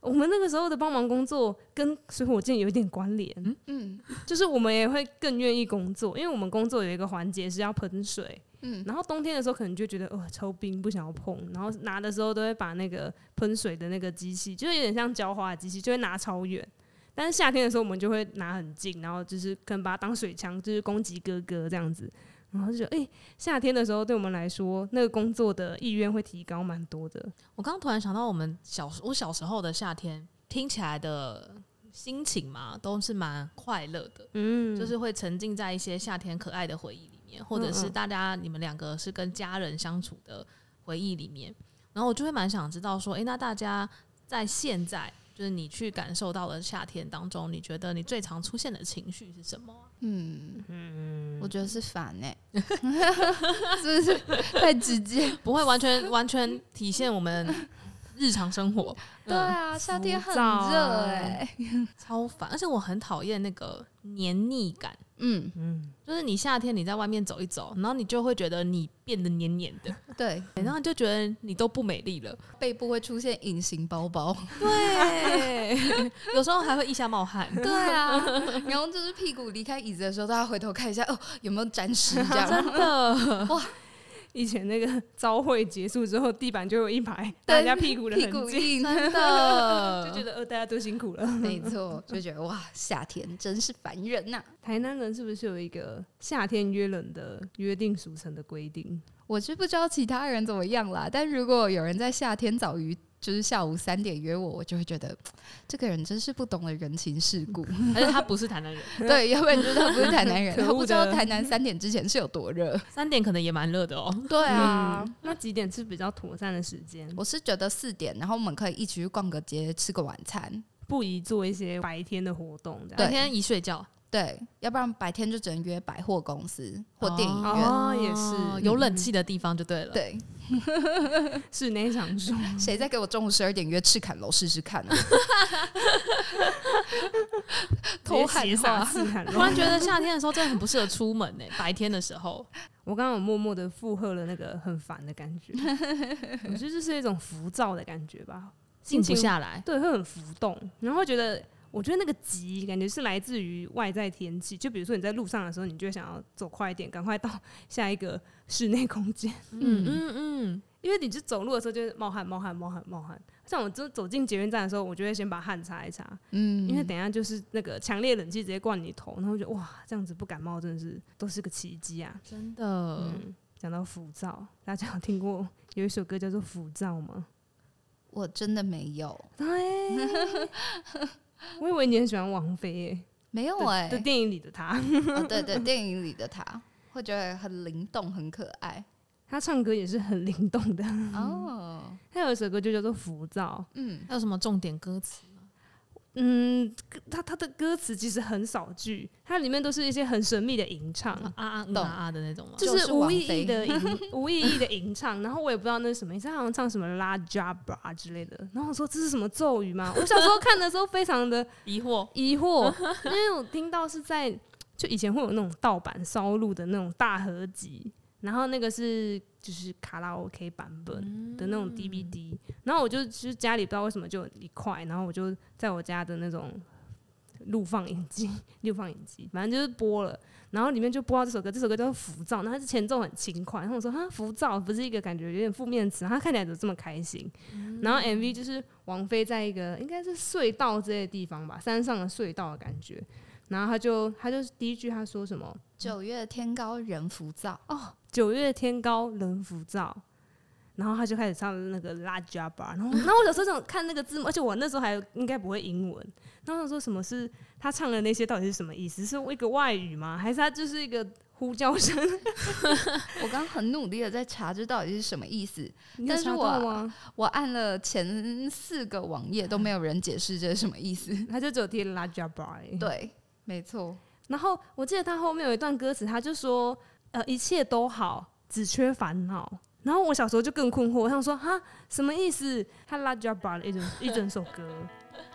[SPEAKER 2] 我们那个时候的帮忙工作跟水火箭有一点关联，
[SPEAKER 1] 嗯
[SPEAKER 2] 就是我们也会更愿意工作，因为我们工作有一个环节是要喷水，
[SPEAKER 1] 嗯，
[SPEAKER 2] 然后冬天的时候可能就觉得哦超冰不想要碰，然后拿的时候都会把那个喷水的那个机器，就是有点像浇花的机器，就会拿超远。但是夏天的时候，我们就会拿很近，然后就是可能把它当水枪，就是攻击哥哥这样子。然后就觉得，哎、夏天的时候对我们来说，那个工作的意愿会提高蛮多的。
[SPEAKER 3] 我刚刚突然想到，我们小我小时候的夏天，听起来的心情嘛，都是蛮快乐的，
[SPEAKER 2] 嗯
[SPEAKER 3] 就是会沉浸在一些夏天可爱的回忆里面，或者是大家你们两个是跟家人相处的回忆里面。然后我就会蛮想知道说，诶，那大家在现在，就是你去感受到的夏天当中，你觉得你最常出现的情绪是什么啊？
[SPEAKER 1] 嗯，我觉得是烦哎、是不是太直接？
[SPEAKER 3] 不会完全完全体现我们日常生活，
[SPEAKER 1] 对啊，夏天很
[SPEAKER 2] 浮躁
[SPEAKER 1] 热
[SPEAKER 2] 啊
[SPEAKER 1] 哎、
[SPEAKER 3] 超烦。而且我很讨厌那个黏腻感。
[SPEAKER 1] 嗯，
[SPEAKER 2] 嗯，
[SPEAKER 3] 就是你夏天你在外面走一走，然后你就会觉得你变得黏黏 的，
[SPEAKER 1] 对，
[SPEAKER 3] 然后你就觉得你都不美丽了。
[SPEAKER 1] 背部会出现隐形包包。
[SPEAKER 3] 对，有时候还会腋下 冒汗。
[SPEAKER 1] 对啊，然后就是屁股离开椅子的时候，大家回头看一下，哦，有没有沾湿这样？
[SPEAKER 3] 真的，
[SPEAKER 2] 以前那个 招会结束之后，地板就有一排大家屁股 的
[SPEAKER 1] 屁
[SPEAKER 2] 痕
[SPEAKER 1] 股
[SPEAKER 2] 迹，
[SPEAKER 1] 印，
[SPEAKER 3] 真
[SPEAKER 2] 就 觉
[SPEAKER 3] 的，
[SPEAKER 2] 得呃大家都辛苦了。
[SPEAKER 1] 没错，就觉得哇，夏天真是烦人啊呐、
[SPEAKER 2] 台南人是不是有一个夏天约冷的约定俗成的规定？
[SPEAKER 1] 我是不知道其他人怎么样啦，但如果有人在夏天早于就是下午三点约我，我就会觉得这个人真是不懂得人情世故。
[SPEAKER 3] 而且他不是台南人，
[SPEAKER 1] 对，要不然就是他不是台南人，
[SPEAKER 2] 可恶的
[SPEAKER 1] 他不知道台南三点之前是有多 热。
[SPEAKER 3] 三点可能也蛮热的哦。
[SPEAKER 1] 对
[SPEAKER 2] 嗯，那几点是比较妥善的时间？
[SPEAKER 1] 我是觉得四点，然后我们可以一起去逛个街，吃个晚餐。
[SPEAKER 2] 不宜做一些白天的活动，这样
[SPEAKER 3] 白
[SPEAKER 1] 对
[SPEAKER 3] 天一睡觉，
[SPEAKER 1] 对，要不然白天就只能约百货公司或电影院。
[SPEAKER 2] 哦也是
[SPEAKER 3] 有冷气的地方就对了。，
[SPEAKER 1] 对，
[SPEAKER 2] 室内享 受。
[SPEAKER 1] 谁再给我中午十二点约赤坎楼试试 看、啊？偷喊
[SPEAKER 2] 直接斜
[SPEAKER 1] 话
[SPEAKER 2] 撒自然
[SPEAKER 3] 突然觉得夏天的时候真的很不适合出门呢。白天的 时候，
[SPEAKER 2] 我刚刚有默默的附和了那个很烦的感 觉，我觉得这是一种浮躁的感觉吧，
[SPEAKER 3] 静
[SPEAKER 2] 心情
[SPEAKER 3] 不下来。
[SPEAKER 2] 对，会很浮动，然后会觉得，我觉得那个急感觉是来自于外在天气，就比如说你在路上的时候，你就会想要走快一点，赶快到 下一个室内空间，
[SPEAKER 3] 嗯嗯嗯，
[SPEAKER 2] 因为你就走路的时候就是冒汗、冒汗、冒汗、冒汗。像我就走进捷运站的时候，我就会先把汗擦一擦，
[SPEAKER 1] 嗯
[SPEAKER 2] 因为等一下就是那个强烈冷气直接灌你头，然后我觉得哇，这样子不感冒真的是都是个奇迹啊！
[SPEAKER 3] 真的，
[SPEAKER 2] 嗯，讲到浮躁，大家有听过有一首歌叫做《浮躁》吗？
[SPEAKER 1] 我真的没有，
[SPEAKER 2] 我以为你很喜欢王菲耶、
[SPEAKER 1] 没有
[SPEAKER 2] 的
[SPEAKER 1] 哎、
[SPEAKER 2] 的电影里的她。
[SPEAKER 1] 哦， 对对，电影里的他会觉得很灵动，很可爱。
[SPEAKER 2] 他唱歌也是很灵动的。
[SPEAKER 1] 哦，
[SPEAKER 2] 他有一首歌就叫做《浮躁》，
[SPEAKER 1] 嗯，
[SPEAKER 3] 还有什么重点歌词？
[SPEAKER 2] 嗯，歌他他的歌词其实很少句，它里面都是一些很神秘的吟唱，
[SPEAKER 3] 啊啊嗯
[SPEAKER 1] 懂
[SPEAKER 3] 啊啊的那种吗？
[SPEAKER 2] 就是无意义的 吟，无意义的吟唱。然后我也不知道那是什么意思，他好像唱什么拉加布拉之类的。然后我说这是什么咒语吗？我小时候看的时候非常的
[SPEAKER 3] 疑惑。
[SPEAKER 2] 疑惑，因为我听到是在就以前会有那种盗版烧录的那种大合集，然后那个是就是卡拉 OK 版本的那种 DVD，、然后我就就是家里不知道为什么就有一块，然后我就在我家的那种录放影机， 录放影机，反正就是播了，然后里面就播到这首歌，这首歌叫《浮躁》，然后它是前奏很轻快，然后我说哈，浮躁不是一个感觉有点负面词，它看起来怎么这么开心？
[SPEAKER 1] 嗯
[SPEAKER 2] 然后 MV 就是王菲在一个应该是隧道之类的地方吧，山上的隧道的感觉，然后她就她就第一句她说什么？
[SPEAKER 1] 九月天高人浮躁，
[SPEAKER 2] 哦，九月天高人浮躁。然后他就开始唱那个拉加巴，然后然后我有时候想看那个字幕，而且我那时候还应该不会英文，然后我想说什么是他唱的那些到底是什么意思？是一个外语吗？还是他就是一个呼叫声？
[SPEAKER 1] 我刚很努力的在查这到底是什么意思，
[SPEAKER 2] 你有
[SPEAKER 1] 但是
[SPEAKER 2] 查
[SPEAKER 1] 我
[SPEAKER 2] 到吗？
[SPEAKER 1] 我按了前四个网页都没有人解释这是什么意思。
[SPEAKER 2] 他就只有贴拉加巴。对
[SPEAKER 1] 对，没错，
[SPEAKER 2] 然后我记得他后面有一段歌词，他就说：“呃，一切都好，只缺烦恼。”然后我小时候就更困惑，我想说：“哈，什么意思？”他拉加巴了一整一整首歌，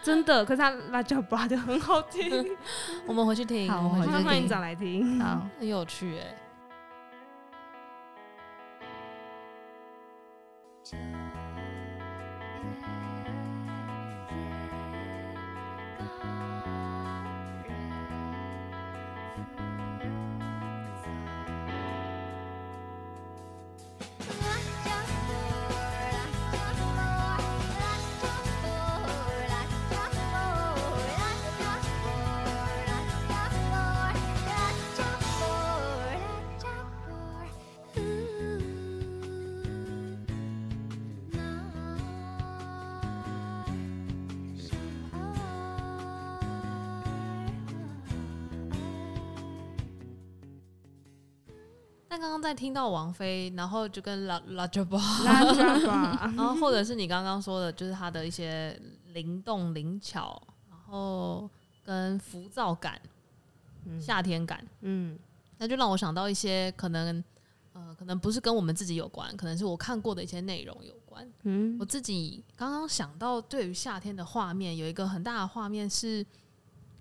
[SPEAKER 2] 真的，可是他拉加巴的很好听，
[SPEAKER 3] 我们回去听，
[SPEAKER 1] 好
[SPEAKER 3] 我们回
[SPEAKER 1] 我
[SPEAKER 3] 去
[SPEAKER 1] 们
[SPEAKER 2] 欢
[SPEAKER 3] 听，
[SPEAKER 1] 回去听
[SPEAKER 2] 欢迎找来 听。
[SPEAKER 1] 好，
[SPEAKER 3] 很有趣哎、但刚刚在听到王菲，然后就跟拉拉着吧，
[SPEAKER 2] 拉加巴，
[SPEAKER 3] 然后或者是你刚刚说的，就是她的一些灵动灵巧，然后跟浮躁感、夏天感，
[SPEAKER 2] 嗯，
[SPEAKER 3] 那就让我想到一些可能，呃，可能不是跟我们自己有关，可能是我看过的一些内容有关。
[SPEAKER 2] 嗯
[SPEAKER 3] 我自己刚刚想到，对于夏天的画面，有一个很大的画面是，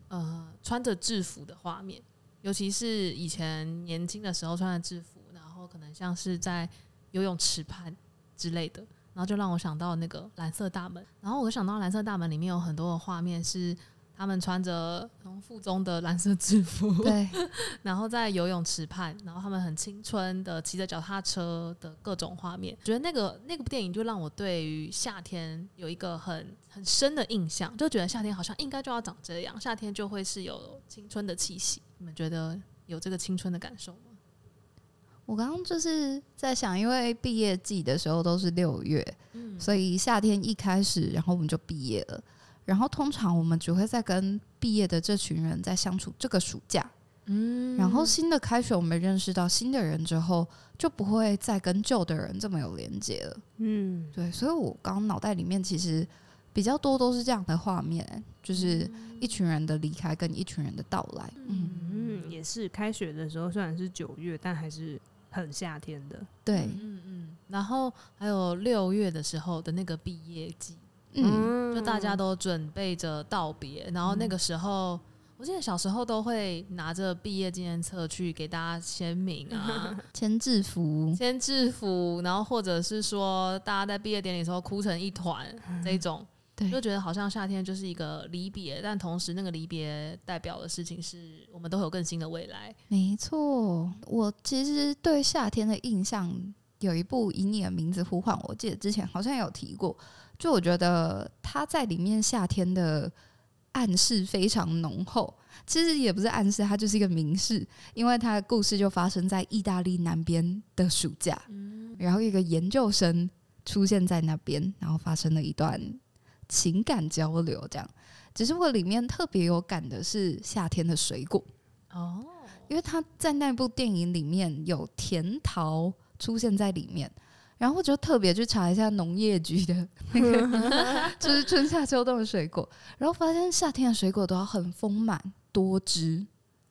[SPEAKER 3] 呃，穿着制服的画面，尤其是以前年轻的时候穿着制服，然后可能像是在游泳池畔之类的，然后就让我想到那个蓝色大门，然后我就想到蓝色大门里面有很多的画面是他们穿着从附中的蓝色制服，
[SPEAKER 1] 对，
[SPEAKER 3] 然后在游泳池畔，然后他们很青春的骑着脚踏车的各种画面，觉得那个那部电影就让我对于夏天有一个很很深的印象，就觉得夏天好像应该就要长这样，夏天就会是有青春的气息。你们觉得有这个青春的感受吗？
[SPEAKER 1] 我刚刚就是在想，因为毕业季的时候都是六月，所以夏天一开始，然后我们就毕业了。然后通常我们只会在跟毕业的这群人在相处这个暑假，
[SPEAKER 3] 嗯
[SPEAKER 1] 然后新的开学，我们认识到新的人之后，就不会再跟旧的人这么有连接了。
[SPEAKER 2] 嗯，
[SPEAKER 1] 对，所以我刚脑袋里面其实比较多都是这样的画面，欸就是
[SPEAKER 3] 嗯
[SPEAKER 1] 一群人的离开跟一群人的到来。嗯，
[SPEAKER 2] 嗯，也是开学的时候，虽然是九月，但还是很夏天的。
[SPEAKER 1] 对，
[SPEAKER 3] 嗯嗯，然后还有六月的时候的那个毕业季，
[SPEAKER 1] 嗯，
[SPEAKER 3] 就大家都准备着道别，然后那个时候，我记得小时候都会拿着毕业纪念册去给大家签名啊，
[SPEAKER 1] 签制服，
[SPEAKER 3] 签制服，然后或者是说大家在毕业典礼的时候哭成一团这种，
[SPEAKER 1] 对
[SPEAKER 3] 就觉得好像夏天就是一个离别，但同时那个离别代表的事情是我们都会有更新的未来。
[SPEAKER 1] 没错。我其实对夏天的印象有一部《以你的名字呼唤我》，我记得之前好像有提过，就我觉得它在里面夏天的暗示非常浓厚。其实也不是暗示，它就是一个明示，因为它的故事就发生在意大利南边的暑假，然后一个研究生出现在那边，然后发生了一段情感交流，这样。只是我里面特别有感的是夏天的水果，
[SPEAKER 3] 哦，
[SPEAKER 1] 因为他在那部电影里面有甜桃出现在里面，然后我就特别去查一下农业局的那个，就是春夏秋冬的水果，然后发现夏天的水果都要很丰满多汁，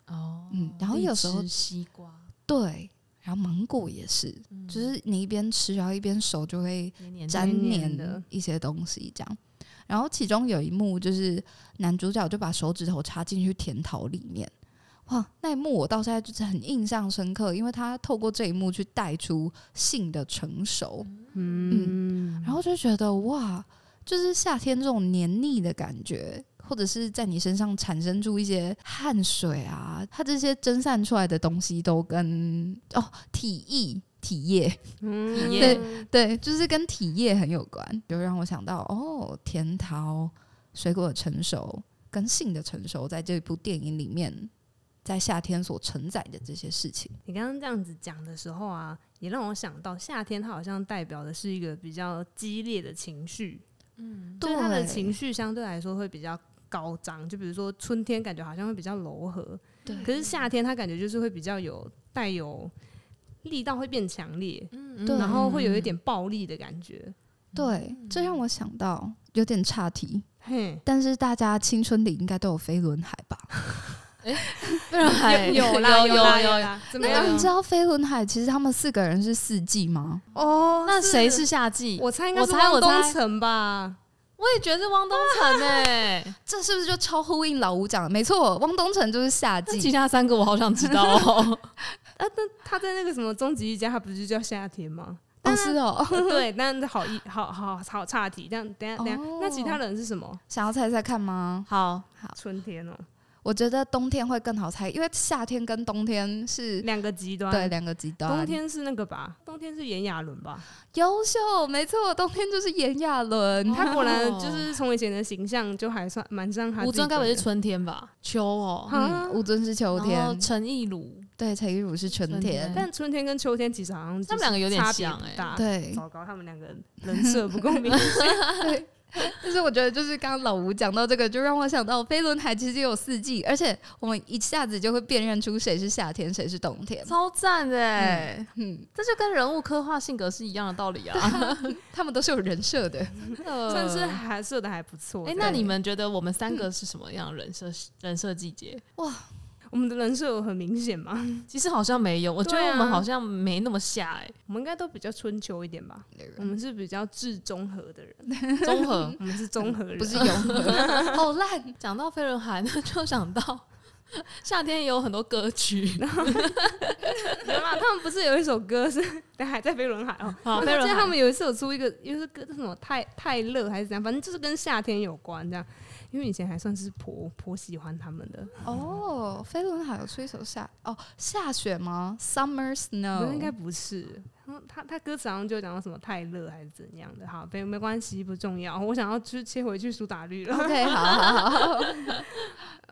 [SPEAKER 3] 哦，
[SPEAKER 1] 嗯然后有时候
[SPEAKER 3] 荔枝西瓜
[SPEAKER 1] 对，然后芒果也是，就是你一边吃，然后一边手就会
[SPEAKER 3] 黏黏
[SPEAKER 1] 粘
[SPEAKER 2] 黏黏
[SPEAKER 1] 黏
[SPEAKER 2] 的
[SPEAKER 1] 的一些东西这样。然后其中有一幕就是男主角就把手指头插进去甜桃里面，哇，那一幕我到现在就是很印象深刻，因为他透过这一幕去带出性的成熟，
[SPEAKER 2] 嗯，
[SPEAKER 1] 然后就觉得哇，就是夏天这种黏腻的感觉。或者是在你身上产生出一些汗水啊，它这些蒸散出来的东西都跟哦体液、体液
[SPEAKER 2] 嗯
[SPEAKER 3] 对
[SPEAKER 1] 对，就是跟体液很有关，就让我想到哦，甜桃、水果的成熟跟性的成熟，在这部电影里面在夏天所承载的这些事情。
[SPEAKER 2] 你刚刚这样子讲的时候啊，也让我想到夏天，它好像代表的是一个比较激烈的情绪，嗯，就是它的
[SPEAKER 1] 对
[SPEAKER 2] 情绪相对来说会比较高涨。就比如说春天，感觉好像会比较柔和，
[SPEAKER 1] 对
[SPEAKER 2] 可是夏天它感觉就是会比较有带有力道会变强烈，
[SPEAKER 3] 嗯
[SPEAKER 1] 对
[SPEAKER 2] 然后会有一点嗯暴力的感觉。
[SPEAKER 1] 对，这让我想到有点岔题，
[SPEAKER 2] 嘿，
[SPEAKER 1] 但是大家青春里应该都有飞轮海吧？
[SPEAKER 2] 有啦
[SPEAKER 3] 哎有
[SPEAKER 2] 啦
[SPEAKER 3] 有
[SPEAKER 2] 啦，怎么
[SPEAKER 1] 那
[SPEAKER 2] 样
[SPEAKER 1] 你
[SPEAKER 3] 有
[SPEAKER 1] 们知道飞轮海其实他们四个人是四季吗？
[SPEAKER 2] 哦？
[SPEAKER 3] 那谁是夏季？
[SPEAKER 2] 我猜应该是
[SPEAKER 3] 我猜
[SPEAKER 2] 汪
[SPEAKER 3] 我猜
[SPEAKER 2] 东城吧。
[SPEAKER 3] 我也觉得是汪东城哎、
[SPEAKER 1] 这是不是就超呼应老吴讲的？没错，汪东城就是夏
[SPEAKER 3] 那其
[SPEAKER 1] 季。
[SPEAKER 3] 他三个我好想知道哦。
[SPEAKER 2] 啊，但他在那个什么终极一家，他不是叫夏天吗？ 呃
[SPEAKER 1] 哦，是哦，
[SPEAKER 2] 对，但是好一好好好岔题，这样等一下等一下，那其他人是什么？
[SPEAKER 1] 想要猜猜看吗？
[SPEAKER 3] 哦好，
[SPEAKER 2] 春天哦，
[SPEAKER 1] 我觉得冬天会更好猜，因为夏天跟冬天是
[SPEAKER 2] 两个极端。
[SPEAKER 1] 对，两个极端。
[SPEAKER 3] 啊
[SPEAKER 2] 冬天是那个吧？冬天是炎亚纶吧？
[SPEAKER 3] 哦
[SPEAKER 1] 优秀，没错，冬天就是炎亚纶。
[SPEAKER 2] 他果然就是从以前的形象就还算蛮像他自己本人。
[SPEAKER 3] 吴尊该不会是春天吧？秋哦，
[SPEAKER 2] 啊
[SPEAKER 1] 嗯，吴尊是秋
[SPEAKER 3] 然后
[SPEAKER 1] 天，
[SPEAKER 3] 陈亦儒
[SPEAKER 1] 对，陈亦儒是春
[SPEAKER 3] 春
[SPEAKER 1] 天
[SPEAKER 3] 天。
[SPEAKER 2] 但哦春天跟秋天其实好像
[SPEAKER 3] 他们两个有点像
[SPEAKER 2] 哎
[SPEAKER 3] 哎、
[SPEAKER 1] 对，
[SPEAKER 2] 糟糕，他们两个人设不够明 显。
[SPEAKER 1] 但是我觉得就是刚刚老吴讲到这个，就让我想到飞轮海其实有四季，而且我们一下子就会辨认出谁是夏天，谁是冬天。
[SPEAKER 3] 超赞的、欸，
[SPEAKER 1] 嗯，
[SPEAKER 3] 这就跟人物刻画性格是一样的道理 啊，
[SPEAKER 1] 他们都是有人设的。
[SPEAKER 3] 真的
[SPEAKER 2] 算是还设的还不错。
[SPEAKER 3] 呃哎、那你们觉得我们三个是什么样的人设、人设季节？
[SPEAKER 2] 我们的人设有很明显吗？
[SPEAKER 3] 其实好像没有，我觉得
[SPEAKER 2] 对啊
[SPEAKER 3] 我们好像没那么下哎、
[SPEAKER 2] 我们应该都比较春秋一点吧？
[SPEAKER 3] 嗯
[SPEAKER 2] 我们是比较至中和的人，
[SPEAKER 3] 综合
[SPEAKER 2] 我们是中和 人，
[SPEAKER 1] 不是 有好烂，
[SPEAKER 3] 讲到飞轮海，那就想到 夏天也有很多歌曲，
[SPEAKER 2] 有啦，他们不是有一首歌是 但还在飞轮海哦。
[SPEAKER 3] 好
[SPEAKER 2] 我
[SPEAKER 3] 飞轮
[SPEAKER 2] 记得
[SPEAKER 3] 海
[SPEAKER 2] 他们有一次有出一个，有一首歌叫什么太太热还是怎样，反正就是跟夏天有关这样。因为以前还算是颇颇喜欢他们的，
[SPEAKER 1] 哦，飞轮海有出一首夏哦下雪吗？Summer
[SPEAKER 3] 哦
[SPEAKER 2] 我觉
[SPEAKER 1] Snow
[SPEAKER 2] 得应该不是。他他他歌词好像就讲到什么太热还是怎样的，好，没没关系，不重要。我想要去切回去苏打绿了，
[SPEAKER 1] OK，好好好，好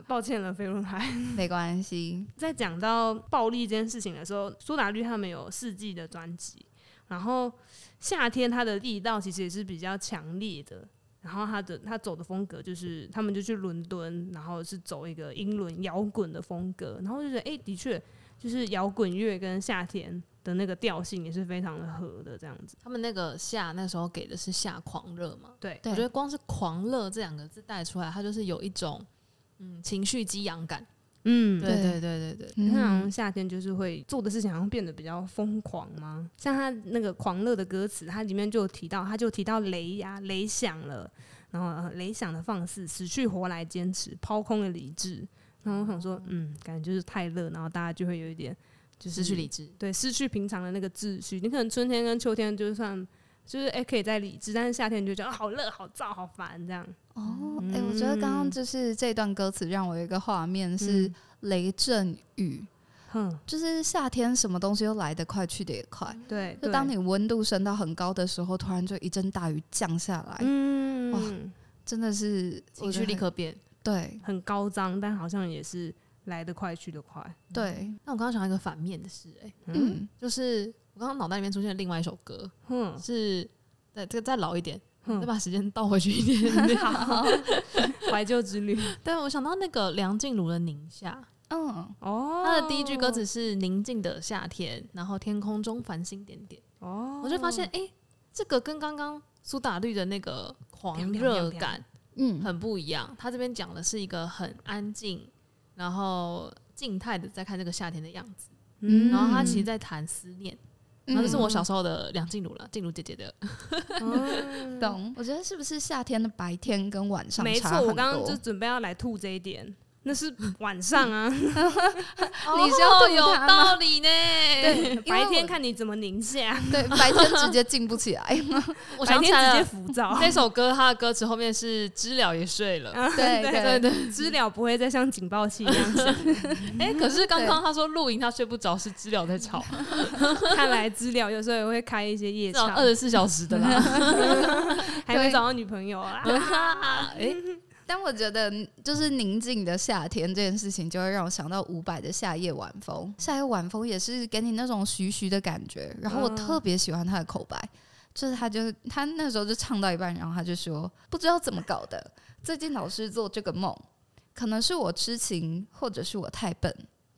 [SPEAKER 2] 抱歉了，飞轮海。
[SPEAKER 1] 没关系。
[SPEAKER 2] 在讲到暴力这件事情的时候，苏打绿他们有四季的专辑，然后夏天他的力道其实也是比较强烈的。然后他的他走的风格就是，他们就去伦敦，然后是走一个英伦摇滚的风格，然后就觉得，哎、的确就是摇滚乐跟夏天的那个调性也是非常的合的这样子。
[SPEAKER 3] 他们那个夏那时候给的是夏狂热嘛，
[SPEAKER 2] 对，
[SPEAKER 1] 对
[SPEAKER 3] 我觉得光是“狂热”这两个字带出来，它就是有一种嗯情绪激扬感。
[SPEAKER 2] 嗯，
[SPEAKER 1] 对
[SPEAKER 3] 对对对对，
[SPEAKER 2] 你看，好
[SPEAKER 1] 嗯
[SPEAKER 2] 像，夏天就是会做的事情好像变得比较疯狂吗？像他那个狂热的歌词，它里面就有提到，他就提到雷呀、雷响了，然后呃雷响的放肆，死去活来坚持，抛空了理智。然后我想
[SPEAKER 1] 哦
[SPEAKER 2] 说，嗯，感觉就是太热，然后大家就会有一点就是
[SPEAKER 3] 失去理智。
[SPEAKER 2] 对，失去平常的那个秩序。你可能春天跟秋天就算就是哎、可以在理智，但是夏天你就觉得、啊好热、好燥、好烦这样。
[SPEAKER 1] 哦，哎、我觉得刚刚就是这段歌词让我有一个画面是雷阵雨，
[SPEAKER 2] 哼，
[SPEAKER 1] 就是夏天什么东西都来得快，去得也快。
[SPEAKER 2] 对，
[SPEAKER 1] 就
[SPEAKER 2] 对
[SPEAKER 1] 当你温度升到很高的时候，突然就一阵大雨降下来，哇
[SPEAKER 2] 嗯，
[SPEAKER 1] 真的是
[SPEAKER 3] 情绪立刻变。
[SPEAKER 1] 对
[SPEAKER 2] 很高涨，但好像也是来得快去得快。
[SPEAKER 1] 对，
[SPEAKER 3] 那我刚刚想到一个反面的事、哎，
[SPEAKER 1] 嗯，
[SPEAKER 3] 就是我刚刚脑袋里面出现另外一首歌，
[SPEAKER 2] 哼，
[SPEAKER 3] 是对这个再老一点，
[SPEAKER 2] 嗯
[SPEAKER 3] 再把时间倒回去一 点点。
[SPEAKER 2] 怀旧之旅。
[SPEAKER 3] 对，我想到那个梁静茹的《宁夏》，
[SPEAKER 1] 嗯，
[SPEAKER 2] 哦
[SPEAKER 3] 它的第一句歌词是“宁静的夏天”，然后天空中繁星点点。
[SPEAKER 2] 哦
[SPEAKER 3] 我就发现，哎、这个跟刚刚苏打绿的那个狂
[SPEAKER 2] 砰
[SPEAKER 3] 热
[SPEAKER 2] 砰砰砰
[SPEAKER 3] 感
[SPEAKER 1] 嗯，
[SPEAKER 3] 很不一样。他这边讲的是一个很安静，然后静态的在看这个夏天的样子。
[SPEAKER 1] 嗯
[SPEAKER 3] 然后他其实在谈思念，然后这是
[SPEAKER 1] 嗯
[SPEAKER 3] 我小时候的梁静茹了，静茹姐姐的。
[SPEAKER 2] 哦
[SPEAKER 1] 懂。我觉得是不是夏天的白天跟晚上
[SPEAKER 2] 没
[SPEAKER 1] 差
[SPEAKER 2] 错，
[SPEAKER 1] 很
[SPEAKER 2] 我刚刚
[SPEAKER 1] 多
[SPEAKER 2] 就准备要来吐这一点，那是晚上啊，哦
[SPEAKER 1] 你是要吐
[SPEAKER 3] 有
[SPEAKER 1] 哦他吗
[SPEAKER 3] 道理呢。对，
[SPEAKER 1] 因为
[SPEAKER 2] 白
[SPEAKER 1] 我
[SPEAKER 2] 天看你怎么宁夏，
[SPEAKER 1] 对白天直接静不起来，
[SPEAKER 3] 我
[SPEAKER 2] 白
[SPEAKER 3] 想起
[SPEAKER 2] 天直
[SPEAKER 3] 来
[SPEAKER 2] 接
[SPEAKER 3] 了，
[SPEAKER 2] 浮 躁，啊
[SPEAKER 3] 这首歌它的歌词后面是“知了也睡
[SPEAKER 2] 嗯
[SPEAKER 3] 了”。
[SPEAKER 1] 对对
[SPEAKER 3] 对对，
[SPEAKER 2] 知了不会再像警报器一样响，
[SPEAKER 3] 哎，可是刚刚他说露营他睡不着，是知了在吵，
[SPEAKER 2] 看来知了有时候也会开一些夜
[SPEAKER 3] 至少
[SPEAKER 2] 场，
[SPEAKER 3] 二十四小时的啦。
[SPEAKER 2] 还没找到女朋友啊，
[SPEAKER 3] 哎，
[SPEAKER 1] 但我觉得，就是宁静的夏天这件事情，就会让我想到伍佰的《夏夜晚风》。夏夜晚风也是给你那种徐徐的感觉。然后我
[SPEAKER 2] 嗯
[SPEAKER 1] 特别喜欢他的口白，就是他就他那时候就唱到一半，然后他就说：“不知道怎么搞的，最近老是做这个梦，可能是我痴情，或者是我太笨。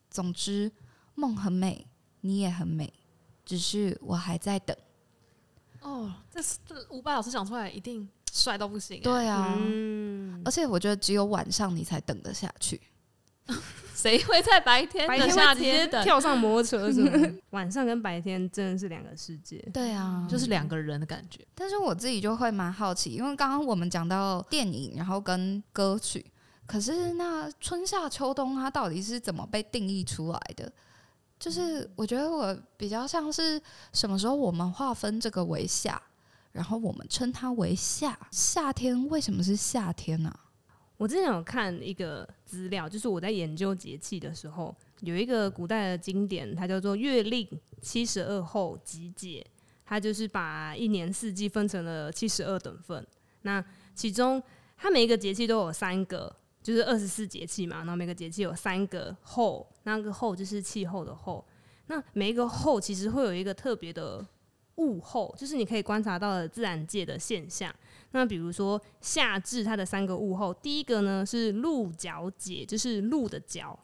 [SPEAKER 1] 总之，梦很美，你也很美，只是我还在等。
[SPEAKER 3] 哦，这是这伍佰老师讲出来一定帅到不行、”欸。，
[SPEAKER 1] 对啊。
[SPEAKER 2] 嗯，
[SPEAKER 1] 而且我觉得只有晚上你才等得下去，
[SPEAKER 3] 谁会在白天
[SPEAKER 2] 白
[SPEAKER 3] 的
[SPEAKER 2] 天
[SPEAKER 3] 夏
[SPEAKER 2] 会直接
[SPEAKER 3] 天等？
[SPEAKER 2] 跳上摩托车什么的， 晚上跟白天真的是两个世界。
[SPEAKER 1] 对啊
[SPEAKER 3] 就是两个人的感觉。
[SPEAKER 1] 但是我自己就会蛮好奇，因为刚刚我们讲到电影，然后跟歌曲，可是那春夏秋冬它到底是怎么被定义出来的？就是我觉得我比较像是什么时候我们划分这个为夏，然后我们称它为夏。夏天为什么是夏天呢、啊
[SPEAKER 2] 我之前有看一个资料，就是我在研究节气的时候，有一个古代的经典，它叫做《月令七十二候集解》，它就是把一年四季分成了七十二等份。那其中，它每一个节气都有三个，就是二十四节气嘛，然后每个节气有三个候，那个候就是气候的候。那每一个候其实会有一个特别的物候，就是你可以观察到的自然界的现象。那比如说夏至，它的三个物候，第一个呢是鹿角解，就是鹿的角，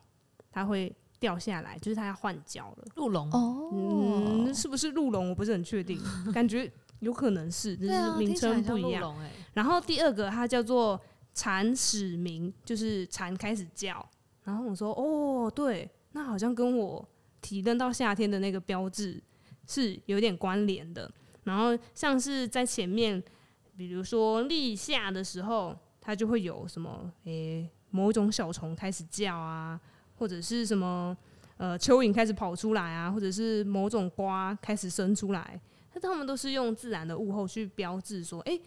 [SPEAKER 2] 它会掉下来，就是它要换角了。
[SPEAKER 3] 鹿茸
[SPEAKER 1] 哦，
[SPEAKER 2] 嗯，是不是鹿茸？我不是很确定，感觉有可能是，就
[SPEAKER 1] 对啊
[SPEAKER 2] 是名称不一
[SPEAKER 3] 鹿
[SPEAKER 2] 样。
[SPEAKER 3] 茸哎，
[SPEAKER 2] 然后第二个它叫做蝉始鸣，就是蝉开始叫。然后我说哦，对，那好像跟我提论到夏天的那个标志是有点关联的。然后像是在前面，比如说立夏的时候，它就会有什么诶、某一种小虫开始叫啊，或者是什么呃蚯蚓开始跑出来啊，或者是某种瓜开始生出来。那它们都是用自然的物候去标志说，诶、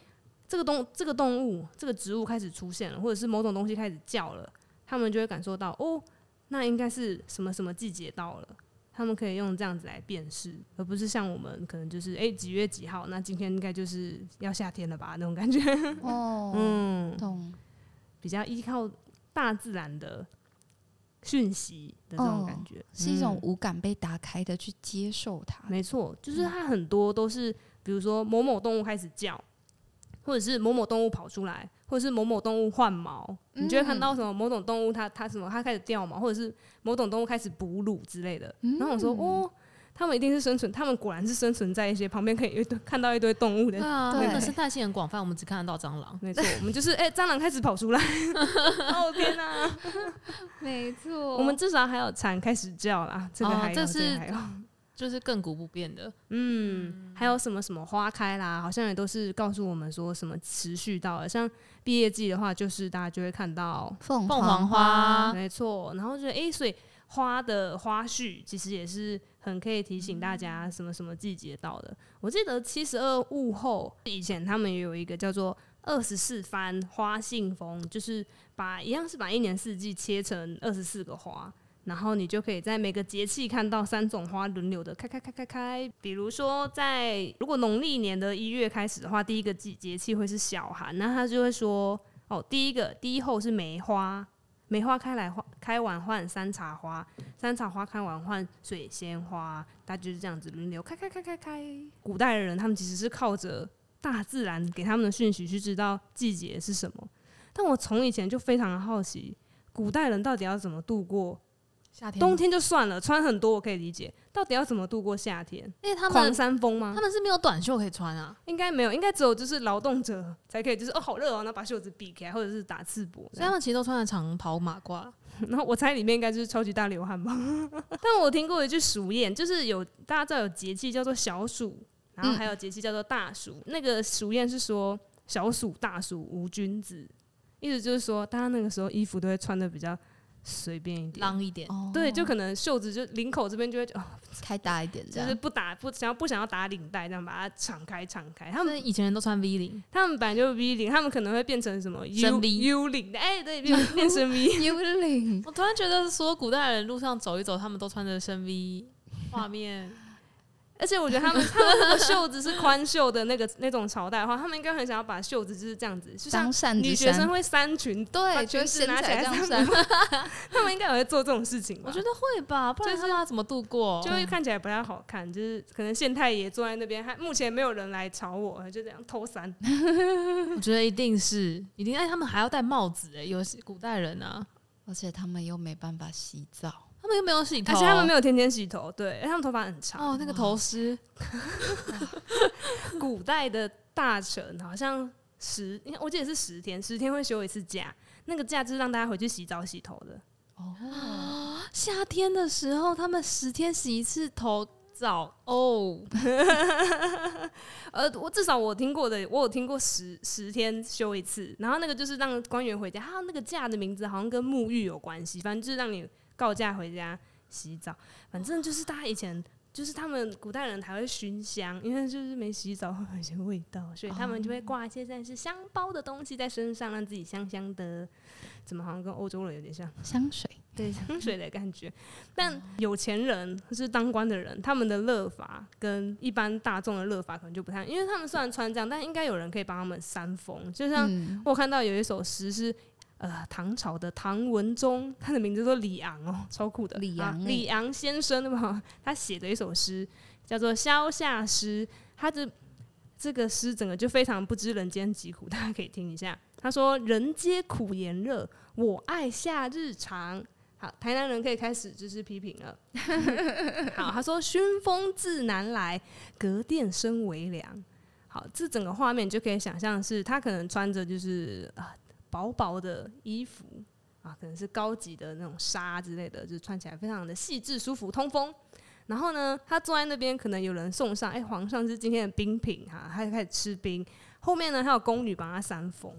[SPEAKER 2] 这个动这个动物这个植物开始出现了，或者是某种东西开始叫了，他们就会感受到哦，那应该是什么什么季节到了。他们可以用这样子来辨识，而不是像我们可能就是诶几月几号，那今天应该就是要夏天了吧那种感觉。
[SPEAKER 1] 哦，
[SPEAKER 2] 嗯，
[SPEAKER 1] 懂。
[SPEAKER 2] 比较依靠大自然的讯息的这种感觉。
[SPEAKER 1] 是一种五感被打开的去接受它。
[SPEAKER 2] 没错，就是
[SPEAKER 3] 嗯
[SPEAKER 2] 它很多都是，比如说某某动物开始叫，或者是某某动物跑出来，或者是某某动物换毛，你就会看
[SPEAKER 3] 嗯
[SPEAKER 2] 到什么某种动物它它什么它开始掉毛，或者是某种动物开始哺乳之类的。然后我
[SPEAKER 3] 嗯
[SPEAKER 2] 说哦，它们一定是生存，它们果然是生存在一些旁边可以有一堆看到一堆动物的
[SPEAKER 3] 对啊，
[SPEAKER 1] 对
[SPEAKER 3] 那个生态系很广泛，我们只看得到蟑螂。
[SPEAKER 2] 没错，我们就是哎、蟑螂开始跑出来， 哦天 哪、
[SPEAKER 1] 没错
[SPEAKER 2] 我们至少还有蝉开始叫啦，这个
[SPEAKER 3] 哦
[SPEAKER 2] 还有，
[SPEAKER 3] 这
[SPEAKER 2] 这个
[SPEAKER 3] 是
[SPEAKER 2] 还有，
[SPEAKER 3] 就是亘古不变的，
[SPEAKER 2] 嗯，还有什么什么花开啦，好像也都是告诉我们说什么持续到了，像毕业季的话，就是大家就会看到，
[SPEAKER 1] 凤
[SPEAKER 3] 凤凰花
[SPEAKER 2] 没错，然后就哎、诶所以花的花絮其实也是很可以提醒大家什么什么季节到的。我记得七十二物后以前他们也有一个叫做二十四番花信封，就是把一样是把一年四季切成二十四个花，然后你就可以在每个节气看到三种花轮流的开开开开开。比如说在，如果农历年的一月开始的话，第一个季节气会是小寒，那他就会说哦，第一个第一后是梅花。梅花开来花开完换山茶花，山茶花开完换水仙花，大家就是这样子轮流开开开开开。古代的人他们其实是靠着大自然给他们的讯息去知道季节是什么。但我从以前就非常好奇，古代人到底要怎么度过
[SPEAKER 3] 夏天
[SPEAKER 2] 冬天就算了，穿很多我可以理解，到底要怎么度过夏天？
[SPEAKER 3] 因为他
[SPEAKER 2] 狂
[SPEAKER 3] 们
[SPEAKER 2] 山风吗
[SPEAKER 3] 他？们是没有短袖可以穿啊，
[SPEAKER 2] 应该没有，应该只有就是劳动者才可以，就是哦好热哦，那把袖子比起来，或者是打赤膊这
[SPEAKER 3] 所以他
[SPEAKER 2] 样。
[SPEAKER 3] 们其实都穿着长袍马褂。
[SPEAKER 2] 然后我猜里面应该就是超级大流汗吧。 但我听过一句俗谚，就是有大家知道有节气叫做小暑，然
[SPEAKER 1] 嗯
[SPEAKER 2] 后还有节气叫做大暑。那个俗谚是说小暑大暑无君子，意思就是说大家那个时候衣服都会穿的比较随便一点。
[SPEAKER 3] 浪一点，
[SPEAKER 1] 哦，
[SPEAKER 2] 对，就可能袖子就领口这边就会哦
[SPEAKER 1] 开大一点这
[SPEAKER 2] 就
[SPEAKER 1] 样，
[SPEAKER 2] 是不打不想要不想要打领带，这样把它敞开敞开。他
[SPEAKER 3] 他
[SPEAKER 2] 们
[SPEAKER 3] 们以前人都穿 V 领，
[SPEAKER 2] 他们本来就 V 领，他们可能会变成什么 U
[SPEAKER 3] 深 V
[SPEAKER 2] U 领的，哎，对，变变成 V。
[SPEAKER 1] 幽灵。
[SPEAKER 3] 我 突
[SPEAKER 2] 啊
[SPEAKER 3] 然觉得，所有古代人路上走一走，他们都穿着深 V，画面
[SPEAKER 2] 而且我觉得他们他们如果袖子是宽袖的那个那种朝代的话，他们应该很想要把袖子就是这样子，就 像
[SPEAKER 1] 当扇
[SPEAKER 2] 女
[SPEAKER 1] 子
[SPEAKER 2] 学
[SPEAKER 1] 扇
[SPEAKER 2] 生，会扇裙，把
[SPEAKER 1] 对，
[SPEAKER 2] 裙
[SPEAKER 1] 就
[SPEAKER 2] 子
[SPEAKER 1] 掀
[SPEAKER 2] 拿
[SPEAKER 1] 起
[SPEAKER 2] 起来
[SPEAKER 1] 来这样
[SPEAKER 2] 这样
[SPEAKER 1] 扇，
[SPEAKER 2] 他们应该也会做这种事情吧？
[SPEAKER 3] 我觉得会吧，不然
[SPEAKER 2] 就是
[SPEAKER 3] 他们要怎么度过？
[SPEAKER 2] 就会看起来不太好看，就是可能县太爷坐在那边，还目前没有人来吵我，就这样偷伞。
[SPEAKER 3] 我觉得一定是，一定哎，他们还要戴帽子哎，有些古代人啊，
[SPEAKER 1] 而且他们又没办法洗澡，
[SPEAKER 3] 他们又没有洗头，
[SPEAKER 2] 而且他们没有天天洗头，对，因为他们头发很长。
[SPEAKER 3] 哦，那个头丝，
[SPEAKER 2] 古代的大臣好像十，应该我记得是十天，十天会休一次假，那个假就是让大家回去洗澡洗头的。哦
[SPEAKER 3] 夏天的时候他们十天洗一次头澡哦，
[SPEAKER 2] 呃，我至少我听过的，我有听过十十天休一次，然后那个就是让官员回家，他那个假的名字好像跟沐浴有关系，反正就是让你告假回家洗澡，反正就是大家以前。就是他们古代人还会熏香，因为就是没洗澡会有一些味道，所以他们就会挂一些像是香包的东西在身上，让自己香香的。怎么好像跟欧洲人有点像？
[SPEAKER 1] 香水
[SPEAKER 2] 对
[SPEAKER 1] 嗯
[SPEAKER 2] 香水的感觉。但有钱人就是当官的人，他们的乐法跟一般大众的乐法可能就不太，因为他们虽然穿这样，但应该有人可以帮他们扇风。就像
[SPEAKER 1] 嗯，
[SPEAKER 2] 我看到有一首诗是。呃，唐朝的唐文宗，他的名字叫李昂哦， 超酷的
[SPEAKER 1] 李
[SPEAKER 2] 啊
[SPEAKER 1] 昂欸
[SPEAKER 2] 李昂先生，对吧？ 他写的一首诗叫做《消夏诗》，他的这个诗整个就非常不知人间疾苦，大 家可以听一下。他说：“人皆苦炎热，我爱夏日长。”好，台南人可以开始就是批评了。好，他说：“熏风自南来，隔殿生微凉。”好，这整个画面你就可以想象是他可能穿着就是啊薄薄的衣服啊，可能是高级的那种纱之类的，就是穿起来非常的细致舒服通风。然后呢，他坐在那边，可能有人送上，哎，皇上是今天的冰品哈、他就开始吃冰。后面呢，还有宫女帮他扇风。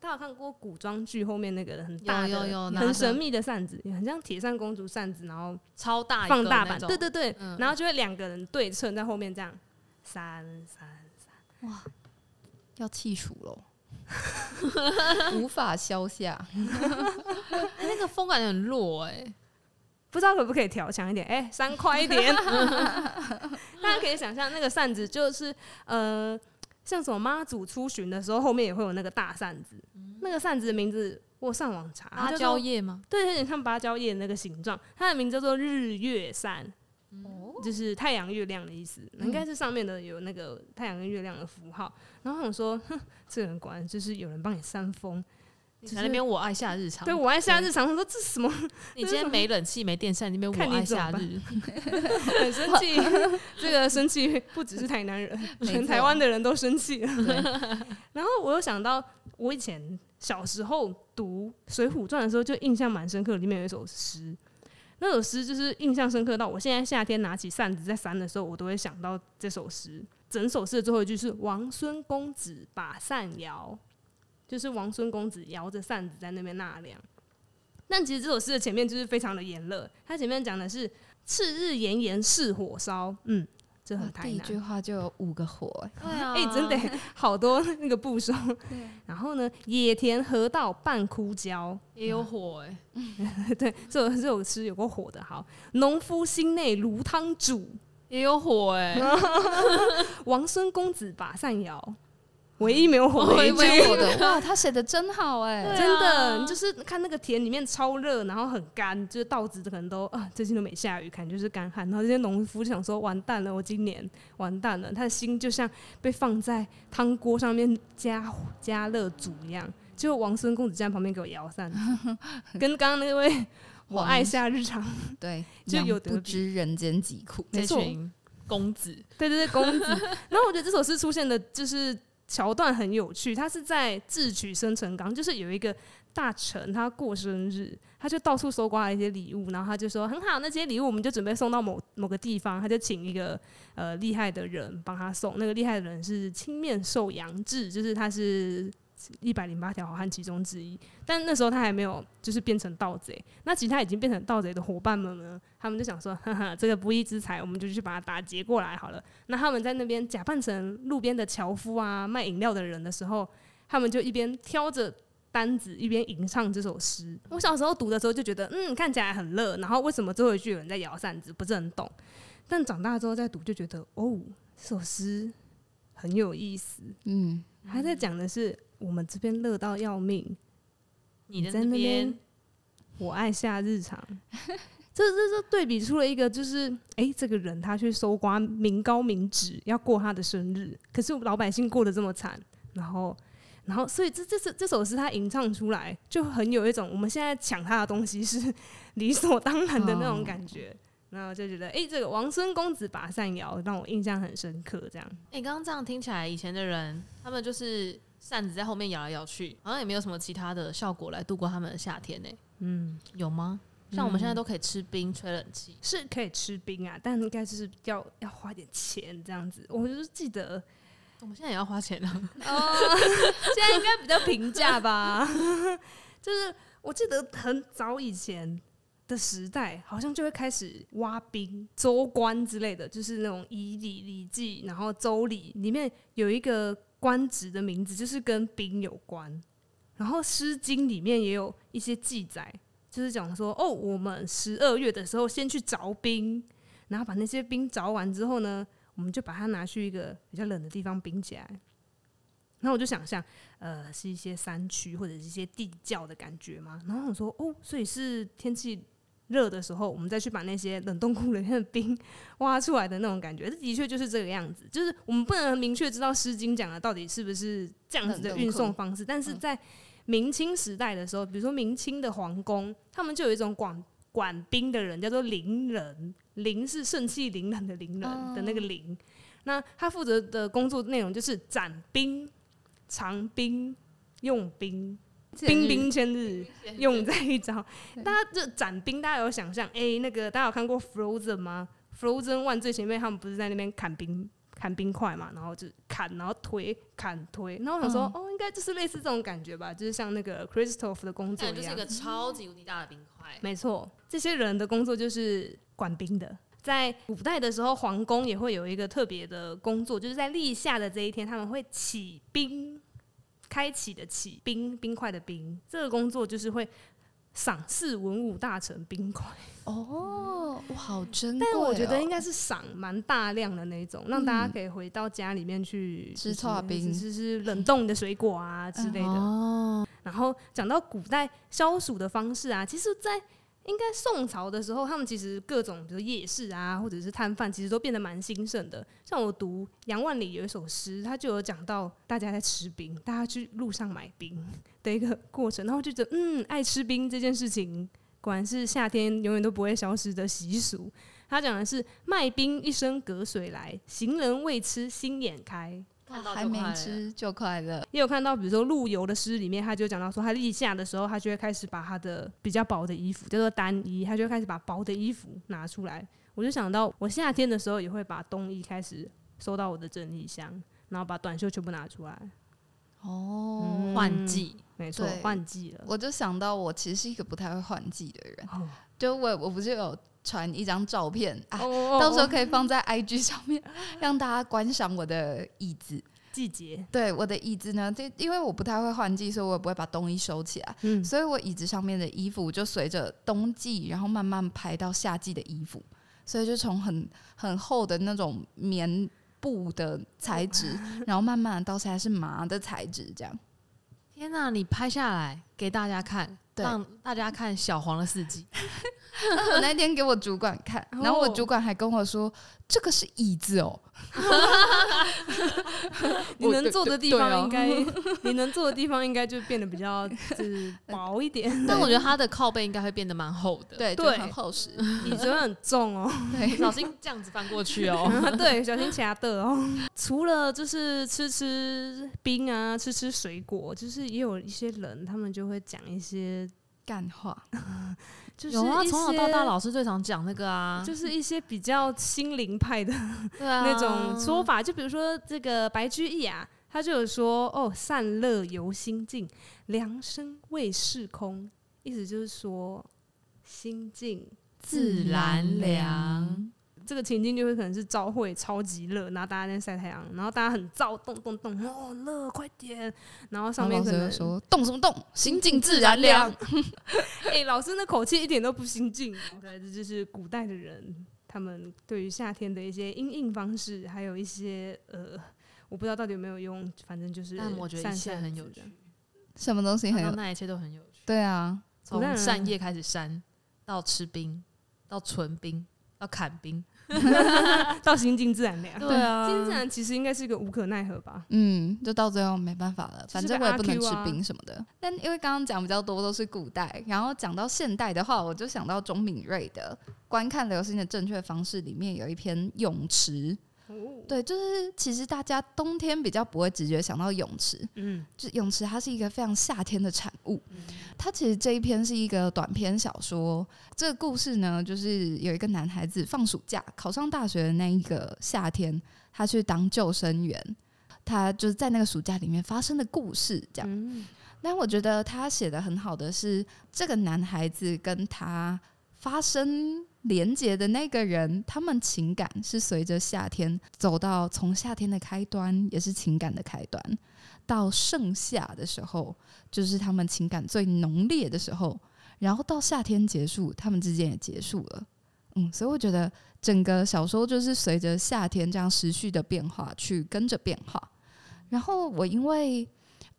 [SPEAKER 2] 大家有看过古装剧后面那个很大的、
[SPEAKER 3] 有有有拿着
[SPEAKER 2] 很神秘的扇子，很像铁扇公主扇子，然后
[SPEAKER 3] 超大一个
[SPEAKER 2] 放大版，
[SPEAKER 3] 那种嗯
[SPEAKER 2] 对对对，然后就会两个人对称在后面这样扇扇。
[SPEAKER 1] 要气数 喽，无法消夏。
[SPEAKER 3] 哎那个风感觉很弱哎，
[SPEAKER 2] 不知道可不可以调强一点？哎、扇快一点！ 大家可以想象那个扇子就是呃，像什么妈祖出巡的时候，后面也会有那个大扇子。那个扇子的名字我上网查，它
[SPEAKER 3] 嗯芭
[SPEAKER 2] 叫
[SPEAKER 3] 蕉
[SPEAKER 2] 做
[SPEAKER 3] 叶吗？
[SPEAKER 2] 对，有点像芭蕉叶的那个形状。它的名字叫做日月扇，就是太阳、月亮的意思。应
[SPEAKER 3] 嗯
[SPEAKER 2] 该是上面的有那个太阳跟月亮的符号。然后我想说，哼，这个人果然就是有人帮你扇风。
[SPEAKER 3] 你在那边我爱夏日
[SPEAKER 1] 哦
[SPEAKER 3] 长，
[SPEAKER 2] 对我爱夏日常常说这是什么
[SPEAKER 3] 你今天没冷气没电扇，你那边
[SPEAKER 2] 看
[SPEAKER 3] 我
[SPEAKER 2] 你
[SPEAKER 3] 爱
[SPEAKER 2] 怎么
[SPEAKER 3] 夏日，
[SPEAKER 2] 很生 气，这个生气不只是台南人，
[SPEAKER 1] 没错
[SPEAKER 2] 全台湾的人都生气了。
[SPEAKER 1] 对，
[SPEAKER 2] 然后我又想到，我以前小时候读《水浒传》的时候，就印象蛮深刻，里面有一首诗，那首诗就是印象深刻到我现在夏天拿起扇子在扇的时候，我都会想到这首诗。整首诗的最后一句是“王孙公子把扇摇”，就是王孙公子摇着扇子在那边纳凉。但其实这首诗的前面就是非常的炎热，它前面讲的是“赤日炎炎是火烧”，嗯，这
[SPEAKER 1] 哇
[SPEAKER 2] 很台
[SPEAKER 1] 第一
[SPEAKER 2] 南
[SPEAKER 1] 句。话就有五个火、 欸，
[SPEAKER 3] 对啊
[SPEAKER 2] 哎、真的耶好多那个步骤。然后呢，野田河道半枯焦，
[SPEAKER 3] 也有火哎，
[SPEAKER 2] 对，这首这首诗有过火的。好，农夫心内如汤煮，
[SPEAKER 3] 也有火哎，
[SPEAKER 2] 王孙公子把扇摇。唯一没有火的一
[SPEAKER 3] 哦唯
[SPEAKER 2] 句，
[SPEAKER 1] 最火的哇，他写的真好哎、
[SPEAKER 3] 对啊
[SPEAKER 2] 真的，你就是看那个田里面超热，然后很干，就是稻子可能都啊，最近都没下雨，感觉就是干旱。然后这些农夫就想说，完蛋了，我今年完蛋了。他的心就像被放在汤锅上面加加热煮一样。结果王孙公子站在旁边给我摇 扇子，跟刚刚那位我
[SPEAKER 1] 王
[SPEAKER 2] 爱夏日常，
[SPEAKER 1] 对，
[SPEAKER 2] 就有
[SPEAKER 1] 娘
[SPEAKER 2] 得
[SPEAKER 1] 不
[SPEAKER 2] 比
[SPEAKER 1] 知人间疾苦，
[SPEAKER 3] 这
[SPEAKER 2] 没错
[SPEAKER 3] 群公子
[SPEAKER 2] 对对对，公子。然后我觉得这首诗出现的就是桥段很有趣，它是在智取生辰纲，就是有一个大臣他过生日，他就到处搜刮了一些礼物，然后他就说很好，那这些礼物我们就准备送到某某个地方，他就请一个呃厉害的人帮他送，那个厉害的人是青面兽杨志，就是他是。一百零八条好汉其中之一，但那时候他还没有就是变成盗贼。那其他已经变成盗贼的伙伴们呢，他们就想说，哈哈，这个不义之财，我们就去把它打劫过来好了。那他们在那边假扮成路边的樵夫啊、卖饮料的人的时候，他们就一边挑着单子，一边吟唱这首诗。我小时候读的时候就觉得，嗯，看起来很乐，然后为什么最后一句有人在摇扇子，不是很懂。但长大之后再读，就觉得哦，这首诗很有意思。
[SPEAKER 1] 嗯，
[SPEAKER 2] 他在讲的是我们这边热到要命，
[SPEAKER 3] 你
[SPEAKER 2] 在
[SPEAKER 3] 在
[SPEAKER 2] 那
[SPEAKER 3] 那
[SPEAKER 2] 边
[SPEAKER 3] 边，
[SPEAKER 2] 我爱夏日常。 这这这对比出了一个，就是诶，这个人他去搜刮民膏民脂，要过他的生日，可是老百姓过得这么惨，然后，然后，所以这这这这首诗他吟唱出来，就很有一种我们现在抢他的东西是理所当然的那种感觉。然后就觉得，诶，这个王孙公子把扇摇让我印象很深刻。这样，
[SPEAKER 3] 哎、刚刚这样听起来，以前的人他们就是扇子在后面摇来摇去，好像也没有什么其他的效果来度过他们的夏天呢、
[SPEAKER 2] 嗯，
[SPEAKER 3] 有吗？像我们现在都可以吃冰、吹冷气，
[SPEAKER 2] 是可以吃冰啊，但应该就是要要花点钱这样子。我就是记得，
[SPEAKER 3] 我们现在也要花钱 啊。
[SPEAKER 2] 哦，现在应该比较平价吧？ 就是我记得很早以前的时代，好像就会开始挖冰、州官之类的，就是那种以礼、礼记，然后周礼里面有一个官职的名字，就是跟兵有关。然后《诗经》里面也有一些记载，就是讲说，哦，我们十二月的时候先去凿冰，然后把那些冰凿完之后呢，我们就把它拿去一个比较冷的地方冰起来。然后我就想象，呃，是一些山区或者是一些地窖的感觉嘛。然后我说，哦，所以是天气热的时候，我们再去把那些冷冻库里面的冰 挖出来的那种感觉。这的确就是这个样子，就是我们不能很明确知道《诗经》讲的到底是不是这样子的
[SPEAKER 1] 冷冻
[SPEAKER 2] 运送
[SPEAKER 1] 库嗯
[SPEAKER 2] 方式，但是在明清时代的时候，比如说明清的皇宫，他们就有一种管管兵的人叫做伶人，伶是盛气凌人的伶人的那个
[SPEAKER 1] 嗯
[SPEAKER 2] 伶。那他负责的工作内容就是斩兵、藏兵、用兵，兵兵千日，用在一招。大家这斩兵，大家有想象？哎、那个大家有看过 Frozen 吗？Frozen One 最前面他们不是在那边砍冰砍冰块嘛，然后就砍，然后推砍推。然后我想说，哦，应该就是类似这种感觉吧，就是像那个 Christoph 的工作
[SPEAKER 3] 看
[SPEAKER 2] 一
[SPEAKER 3] 就
[SPEAKER 2] 样
[SPEAKER 3] 是一。个超级无敌大的冰块，
[SPEAKER 2] 没错，这些人的工作就是管兵的。在古代的时候，皇宫也会有一个特别的工作，就是在立夏的这一天，他们会起兵，开启的起冰冰块的冰，这个工作就是会赏赐文武大臣冰块。
[SPEAKER 1] 哦，哇，好珍贵、哦
[SPEAKER 2] 但是我觉得应该是赏蛮大量的那一种，让大家可以回到家里面去
[SPEAKER 1] 吃
[SPEAKER 2] 就是
[SPEAKER 1] 刨冰
[SPEAKER 2] 吃吃冷冻的水果啊之类的。然后讲到古代消暑的方式啊，其实，在应该宋朝的时候，他们其实各种比如夜市啊，或者是摊贩，其实都变得蛮兴盛的。像我读杨万里有一首诗，他就有讲到大家在吃冰，大家去路上买冰 的一个过程，然后就觉得嗯，爱吃冰这件事情。果然是夏天永远都不会消失的习俗。他讲的是“卖冰一声隔水来，行人未吃心眼开”。
[SPEAKER 1] 哇
[SPEAKER 3] 看到就
[SPEAKER 1] 还没
[SPEAKER 3] 快乐
[SPEAKER 1] 吃就快乐，
[SPEAKER 2] 也有看到，比如说陆游的诗里面，他就讲到说，他立夏的时候，他就会开始把他的比较薄的衣服叫做单衣，他就会开始把薄的衣服拿出来。我就想到，我夏天的时候也会把冬衣开始收到我的整理箱，然后把短袖全部拿出来。
[SPEAKER 1] 哦，
[SPEAKER 2] 嗯
[SPEAKER 3] 换季。
[SPEAKER 2] 没错
[SPEAKER 1] 对，
[SPEAKER 2] 换季了。
[SPEAKER 1] 我就想到我其实是一个不太会换季的人，
[SPEAKER 2] 哦
[SPEAKER 1] 就我我不是有传一张照片啊，
[SPEAKER 2] 哦
[SPEAKER 1] 到时候可以放在 IG 上面，让大家观赏我的椅子。
[SPEAKER 2] 季节，
[SPEAKER 1] 对我的椅子呢，这因为我不太会换季，所以我也不会把冬衣收起来，
[SPEAKER 2] 嗯，
[SPEAKER 1] 所以我椅子上面的衣服就随着冬季，然后慢慢排到夏季的衣服，所以就从很很厚的那种棉布的材质，
[SPEAKER 2] 哦
[SPEAKER 1] 然后慢慢的到现在是麻的材质，这样。
[SPEAKER 3] 天哪、你拍下来给大家看，
[SPEAKER 1] 对
[SPEAKER 3] 让大家看小黄的四季。
[SPEAKER 1] 我那天给我主管看，然后我主管还跟我说：“这个是椅子哦。
[SPEAKER 2] 你能坐的地方应该
[SPEAKER 1] 对，哦
[SPEAKER 2] 你能坐的地方应该就变得比较就是薄 一点，
[SPEAKER 3] 但我觉得它的靠背应该会变得蛮厚”的，，
[SPEAKER 1] 对，就
[SPEAKER 2] 对
[SPEAKER 1] 很厚实。
[SPEAKER 2] 椅子会很重哦。
[SPEAKER 1] 对，
[SPEAKER 3] 小心这样子翻过去哦。
[SPEAKER 2] 对，小心夹的哦。除了就是吃吃冰啊，吃吃水果，就是也有一些人他们就会讲一些，
[SPEAKER 1] 干话。
[SPEAKER 2] 就是
[SPEAKER 3] 有啊，
[SPEAKER 2] 一
[SPEAKER 3] 从小到大
[SPEAKER 2] 些
[SPEAKER 3] 老师最常讲那个啊，
[SPEAKER 2] 就是一些比较心灵派的
[SPEAKER 3] 对啊
[SPEAKER 2] 那种说法，就比如说这个白居易啊，他就有说哦，善乐由心静，良生为世空，意思就是说心静
[SPEAKER 3] 自然凉。
[SPEAKER 2] 这个情境就会可能是朝会超级热，然后大家在晒太阳，然后大家很躁动动动，哦热快点，然后上
[SPEAKER 1] 然后
[SPEAKER 2] 面
[SPEAKER 1] 老
[SPEAKER 2] 可
[SPEAKER 1] 师
[SPEAKER 2] 能
[SPEAKER 1] 就说：“动什么动，心静自然凉。
[SPEAKER 2] 哎、老师那口气一点都不心静。对，这就是古代的人，他们对于夏天的一些因应方式，还有一些呃，我不知道到底有没有用，反正就是
[SPEAKER 3] 但我觉得
[SPEAKER 2] 散
[SPEAKER 3] 一切
[SPEAKER 2] 散
[SPEAKER 3] 很有
[SPEAKER 2] 步
[SPEAKER 3] 趣，
[SPEAKER 1] 什么东西很
[SPEAKER 3] 看到
[SPEAKER 1] 有？
[SPEAKER 3] 那一切都很有趣。
[SPEAKER 1] 对啊，
[SPEAKER 3] 从
[SPEAKER 2] 当然
[SPEAKER 3] 扇叶开始扇，到吃冰，到存冰，到砍冰。
[SPEAKER 2] 到心静自然 嗯凉。
[SPEAKER 3] 对啊
[SPEAKER 2] 心静自然其实应该是一个无可奈何吧。
[SPEAKER 1] 嗯，就到最后没办法了，
[SPEAKER 2] 是
[SPEAKER 1] 反正
[SPEAKER 2] 个
[SPEAKER 1] 我也不能
[SPEAKER 2] RQ
[SPEAKER 1] 吃
[SPEAKER 2] 啊
[SPEAKER 1] 冰什么的。但因为刚刚讲比较多都是古代，然后讲到现代的话，我就想到钟敏锐的《观看流星的正确方式》里面有一篇泳池，
[SPEAKER 2] 哦
[SPEAKER 1] 对，就是其实大家冬天比较不会直觉想到泳池，
[SPEAKER 2] 嗯，
[SPEAKER 1] 就泳池它是一个非常夏天的产物。它其实这一篇是一个短篇小说，这个故事呢，就是有一个男孩子放暑假考上大学的那一个夏天，他去当救生员，他就是在那个暑假里面发生的故事这样。
[SPEAKER 2] 嗯，
[SPEAKER 1] 但我觉得他写的很好的是，这个男孩子跟他发生连结的那个人，他们情感是随着夏天走到从夏天的开端，也是情感的开端，到盛夏的时候，就是他们情感最浓烈的时候，然后到夏天结束，他们之间也结束了。嗯，所以我觉得整个小说就是随着夏天这样持续的变化去跟着变化。然后我因为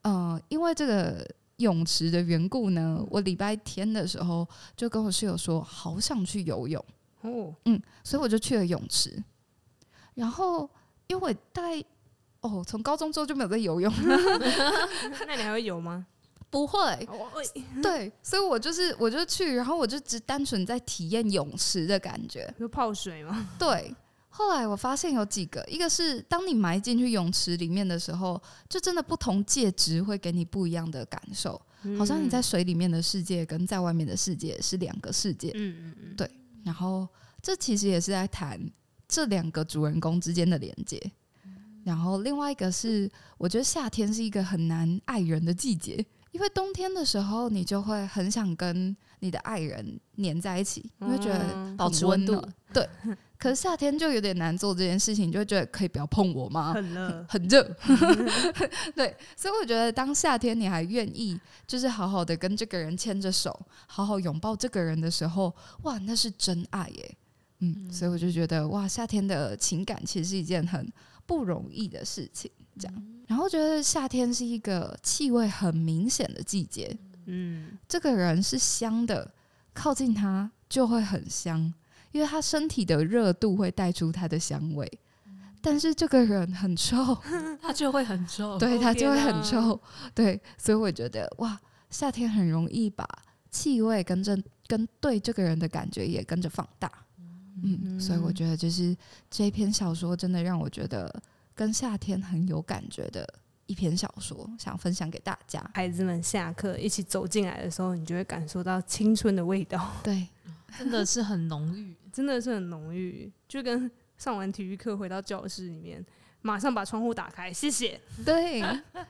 [SPEAKER 1] 呃，因为这个泳池的缘故呢，我礼拜天的时候就跟我室友说，好想去游泳，
[SPEAKER 2] 哦，
[SPEAKER 1] 所以我就去了泳池。然后因为我大概哦，从高中之后就没有在游泳，
[SPEAKER 2] 那你还会游吗？
[SPEAKER 1] 不会，
[SPEAKER 2] 哦
[SPEAKER 1] 对，所以我就是我就去，然后我就只单纯在体验泳池的感觉。
[SPEAKER 2] 就泡水吗？
[SPEAKER 1] 对，后来我发现有几个，一个是当你埋进去泳池里面的时候，就真的不同介质会给你不一样的感受，
[SPEAKER 2] 嗯
[SPEAKER 1] 好像你在水里面的世界跟在外面的世界是两个世界。
[SPEAKER 2] 嗯嗯嗯，
[SPEAKER 1] 然后这其实也是在谈这两个主人公之间的连接。然后另外一个是，我觉得夏天是一个很难爱人的季节，因为冬天的时候你就会很想跟你的爱人黏在一起，你会觉得
[SPEAKER 2] 嗯
[SPEAKER 3] 保
[SPEAKER 1] 很
[SPEAKER 3] 持温
[SPEAKER 1] 暖
[SPEAKER 3] 度。
[SPEAKER 1] 对，可是夏天就有点难做这件事情，你就会觉得可以不要碰我吗？
[SPEAKER 2] 很热。
[SPEAKER 1] 很热， 对，所以我觉得当夏天你还愿意就是好好的跟这个人牵着手，好好拥抱这个人的时候，哇，那是真爱耶。嗯，所以我就觉得哇，夏天的情感其实是一件很不容易的事情，这样。然后觉得夏天是一个气味很明显的季节，
[SPEAKER 2] 嗯，
[SPEAKER 1] 这个人是香的，靠近他就会很香，因为他身体的热度会带出他的香味。但是这个人很臭，
[SPEAKER 3] 它就会很臭。
[SPEAKER 1] 对
[SPEAKER 2] 哦
[SPEAKER 1] 他就会
[SPEAKER 2] 天
[SPEAKER 1] 很
[SPEAKER 2] 啊
[SPEAKER 1] 臭，对，所以我觉得哇，夏天很容易把气味跟着跟对这个人的感觉也跟着放大，嗯，所以我觉得就是这篇小说真的让我觉得跟夏天很有感觉的一篇小说，想分享给大家。
[SPEAKER 2] 孩子们下课一起走进来的时候，你就会感受到青春的味道，
[SPEAKER 1] 对，
[SPEAKER 3] 真的是很浓郁。
[SPEAKER 2] 真的是很浓郁，就跟上完体育课回到教室里面，马上把窗户打开，谢谢。
[SPEAKER 1] 对，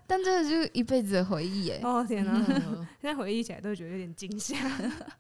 [SPEAKER 1] 但这个就是一辈子的回忆耶。
[SPEAKER 2] 哦天哪，
[SPEAKER 3] 嗯
[SPEAKER 2] 现在回忆起来都会觉得有点惊 吓。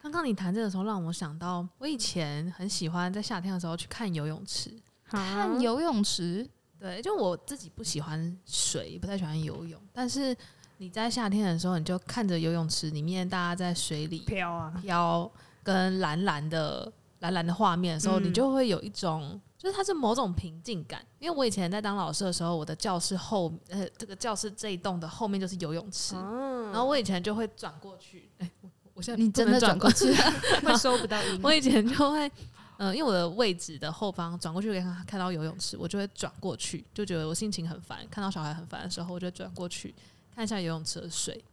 [SPEAKER 3] 刚刚你谈这个时候，让我想到我以前很喜欢在夏天的时候去看游泳池。
[SPEAKER 2] 啊
[SPEAKER 1] 看游泳池，
[SPEAKER 3] 对，就我自己不喜欢水，不太喜欢游泳，但是你在夏天的时候，你就看着游泳池里面大家在水里
[SPEAKER 2] 飘啊，
[SPEAKER 3] 飘跟蓝蓝的蓝蓝的画面的时候，
[SPEAKER 2] 嗯
[SPEAKER 3] 你就会有一种，就是它是某种平静感。因为我以前在当老师的时候，我的教室后，呃，这个教室这一栋的后面就是游泳池，然后我以前就会转过去，哎、我我现在
[SPEAKER 1] 哦你
[SPEAKER 3] 不能
[SPEAKER 1] 真的转过去？
[SPEAKER 2] 会收不到 音。
[SPEAKER 3] 我以前就会，嗯、因为我的位置的后方转过去，可以看看到游泳池，我就会转过去，就觉得我心情很烦，看到小孩很烦的时候，我就转过去看一下游泳池的水，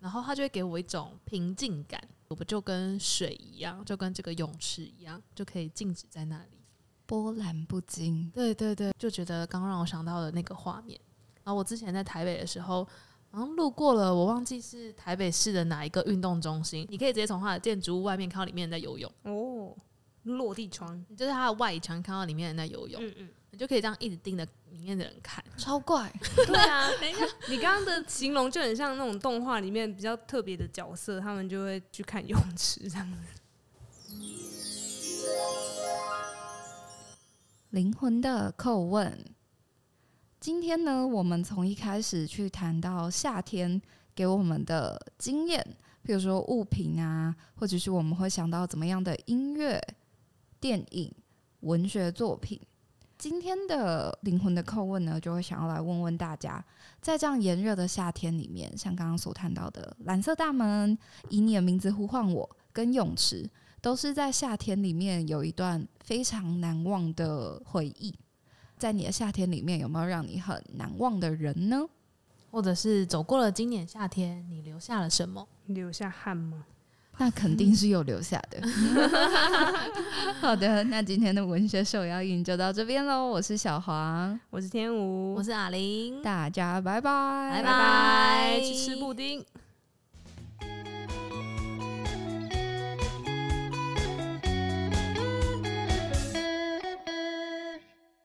[SPEAKER 3] 然后它就会给我一种平静感，我不就跟水一样，就跟这个泳池一样，就可以静止在那里。
[SPEAKER 1] 波澜不惊，
[SPEAKER 3] 对对对，就觉得刚让我想到的那个画面。然后我之前在台北的时候，好像路过了，我忘记是台北市的哪一个运动中心，你可以直接从它的建筑物外面看到里面人在游泳。
[SPEAKER 2] 哦，落地窗，
[SPEAKER 3] 你就是它的外墙看到里面人在游泳，
[SPEAKER 2] 嗯嗯，
[SPEAKER 3] 你就可以这样一直盯着里面的人看。
[SPEAKER 1] 超怪。
[SPEAKER 2] 对啊。 等一下，你刚刚的形容就很像那种动画里面比较特别的角色，他们就会去看泳池这样子。
[SPEAKER 1] 灵魂的叩问。今天呢，我们从一开始去谈到夏天给我们的经验，比如说物品啊，或者是我们会想到怎么样的音乐、电影，文学作品。今天的灵魂的叩问呢，就会想要来问问大家，在这样炎热的夏天里面，像刚刚所谈到的《蓝色大门》《以你的名字呼唤我》跟《泳池》，都是在夏天里面有一段非常难忘的回忆。在你的夏天里面，有没有让你很难忘的人呢？
[SPEAKER 3] 或者是走过了今年夏天，你留下了什么？
[SPEAKER 2] 留下汗吗？
[SPEAKER 1] 那肯定是有留下的。好的，那今天的文学手摇影就到这边喽。我是小黄，
[SPEAKER 2] 我是天吴，
[SPEAKER 3] 我是阿玲，
[SPEAKER 1] 大家拜拜，
[SPEAKER 3] 拜
[SPEAKER 2] 拜拜，去吃
[SPEAKER 3] 拜
[SPEAKER 2] 布丁。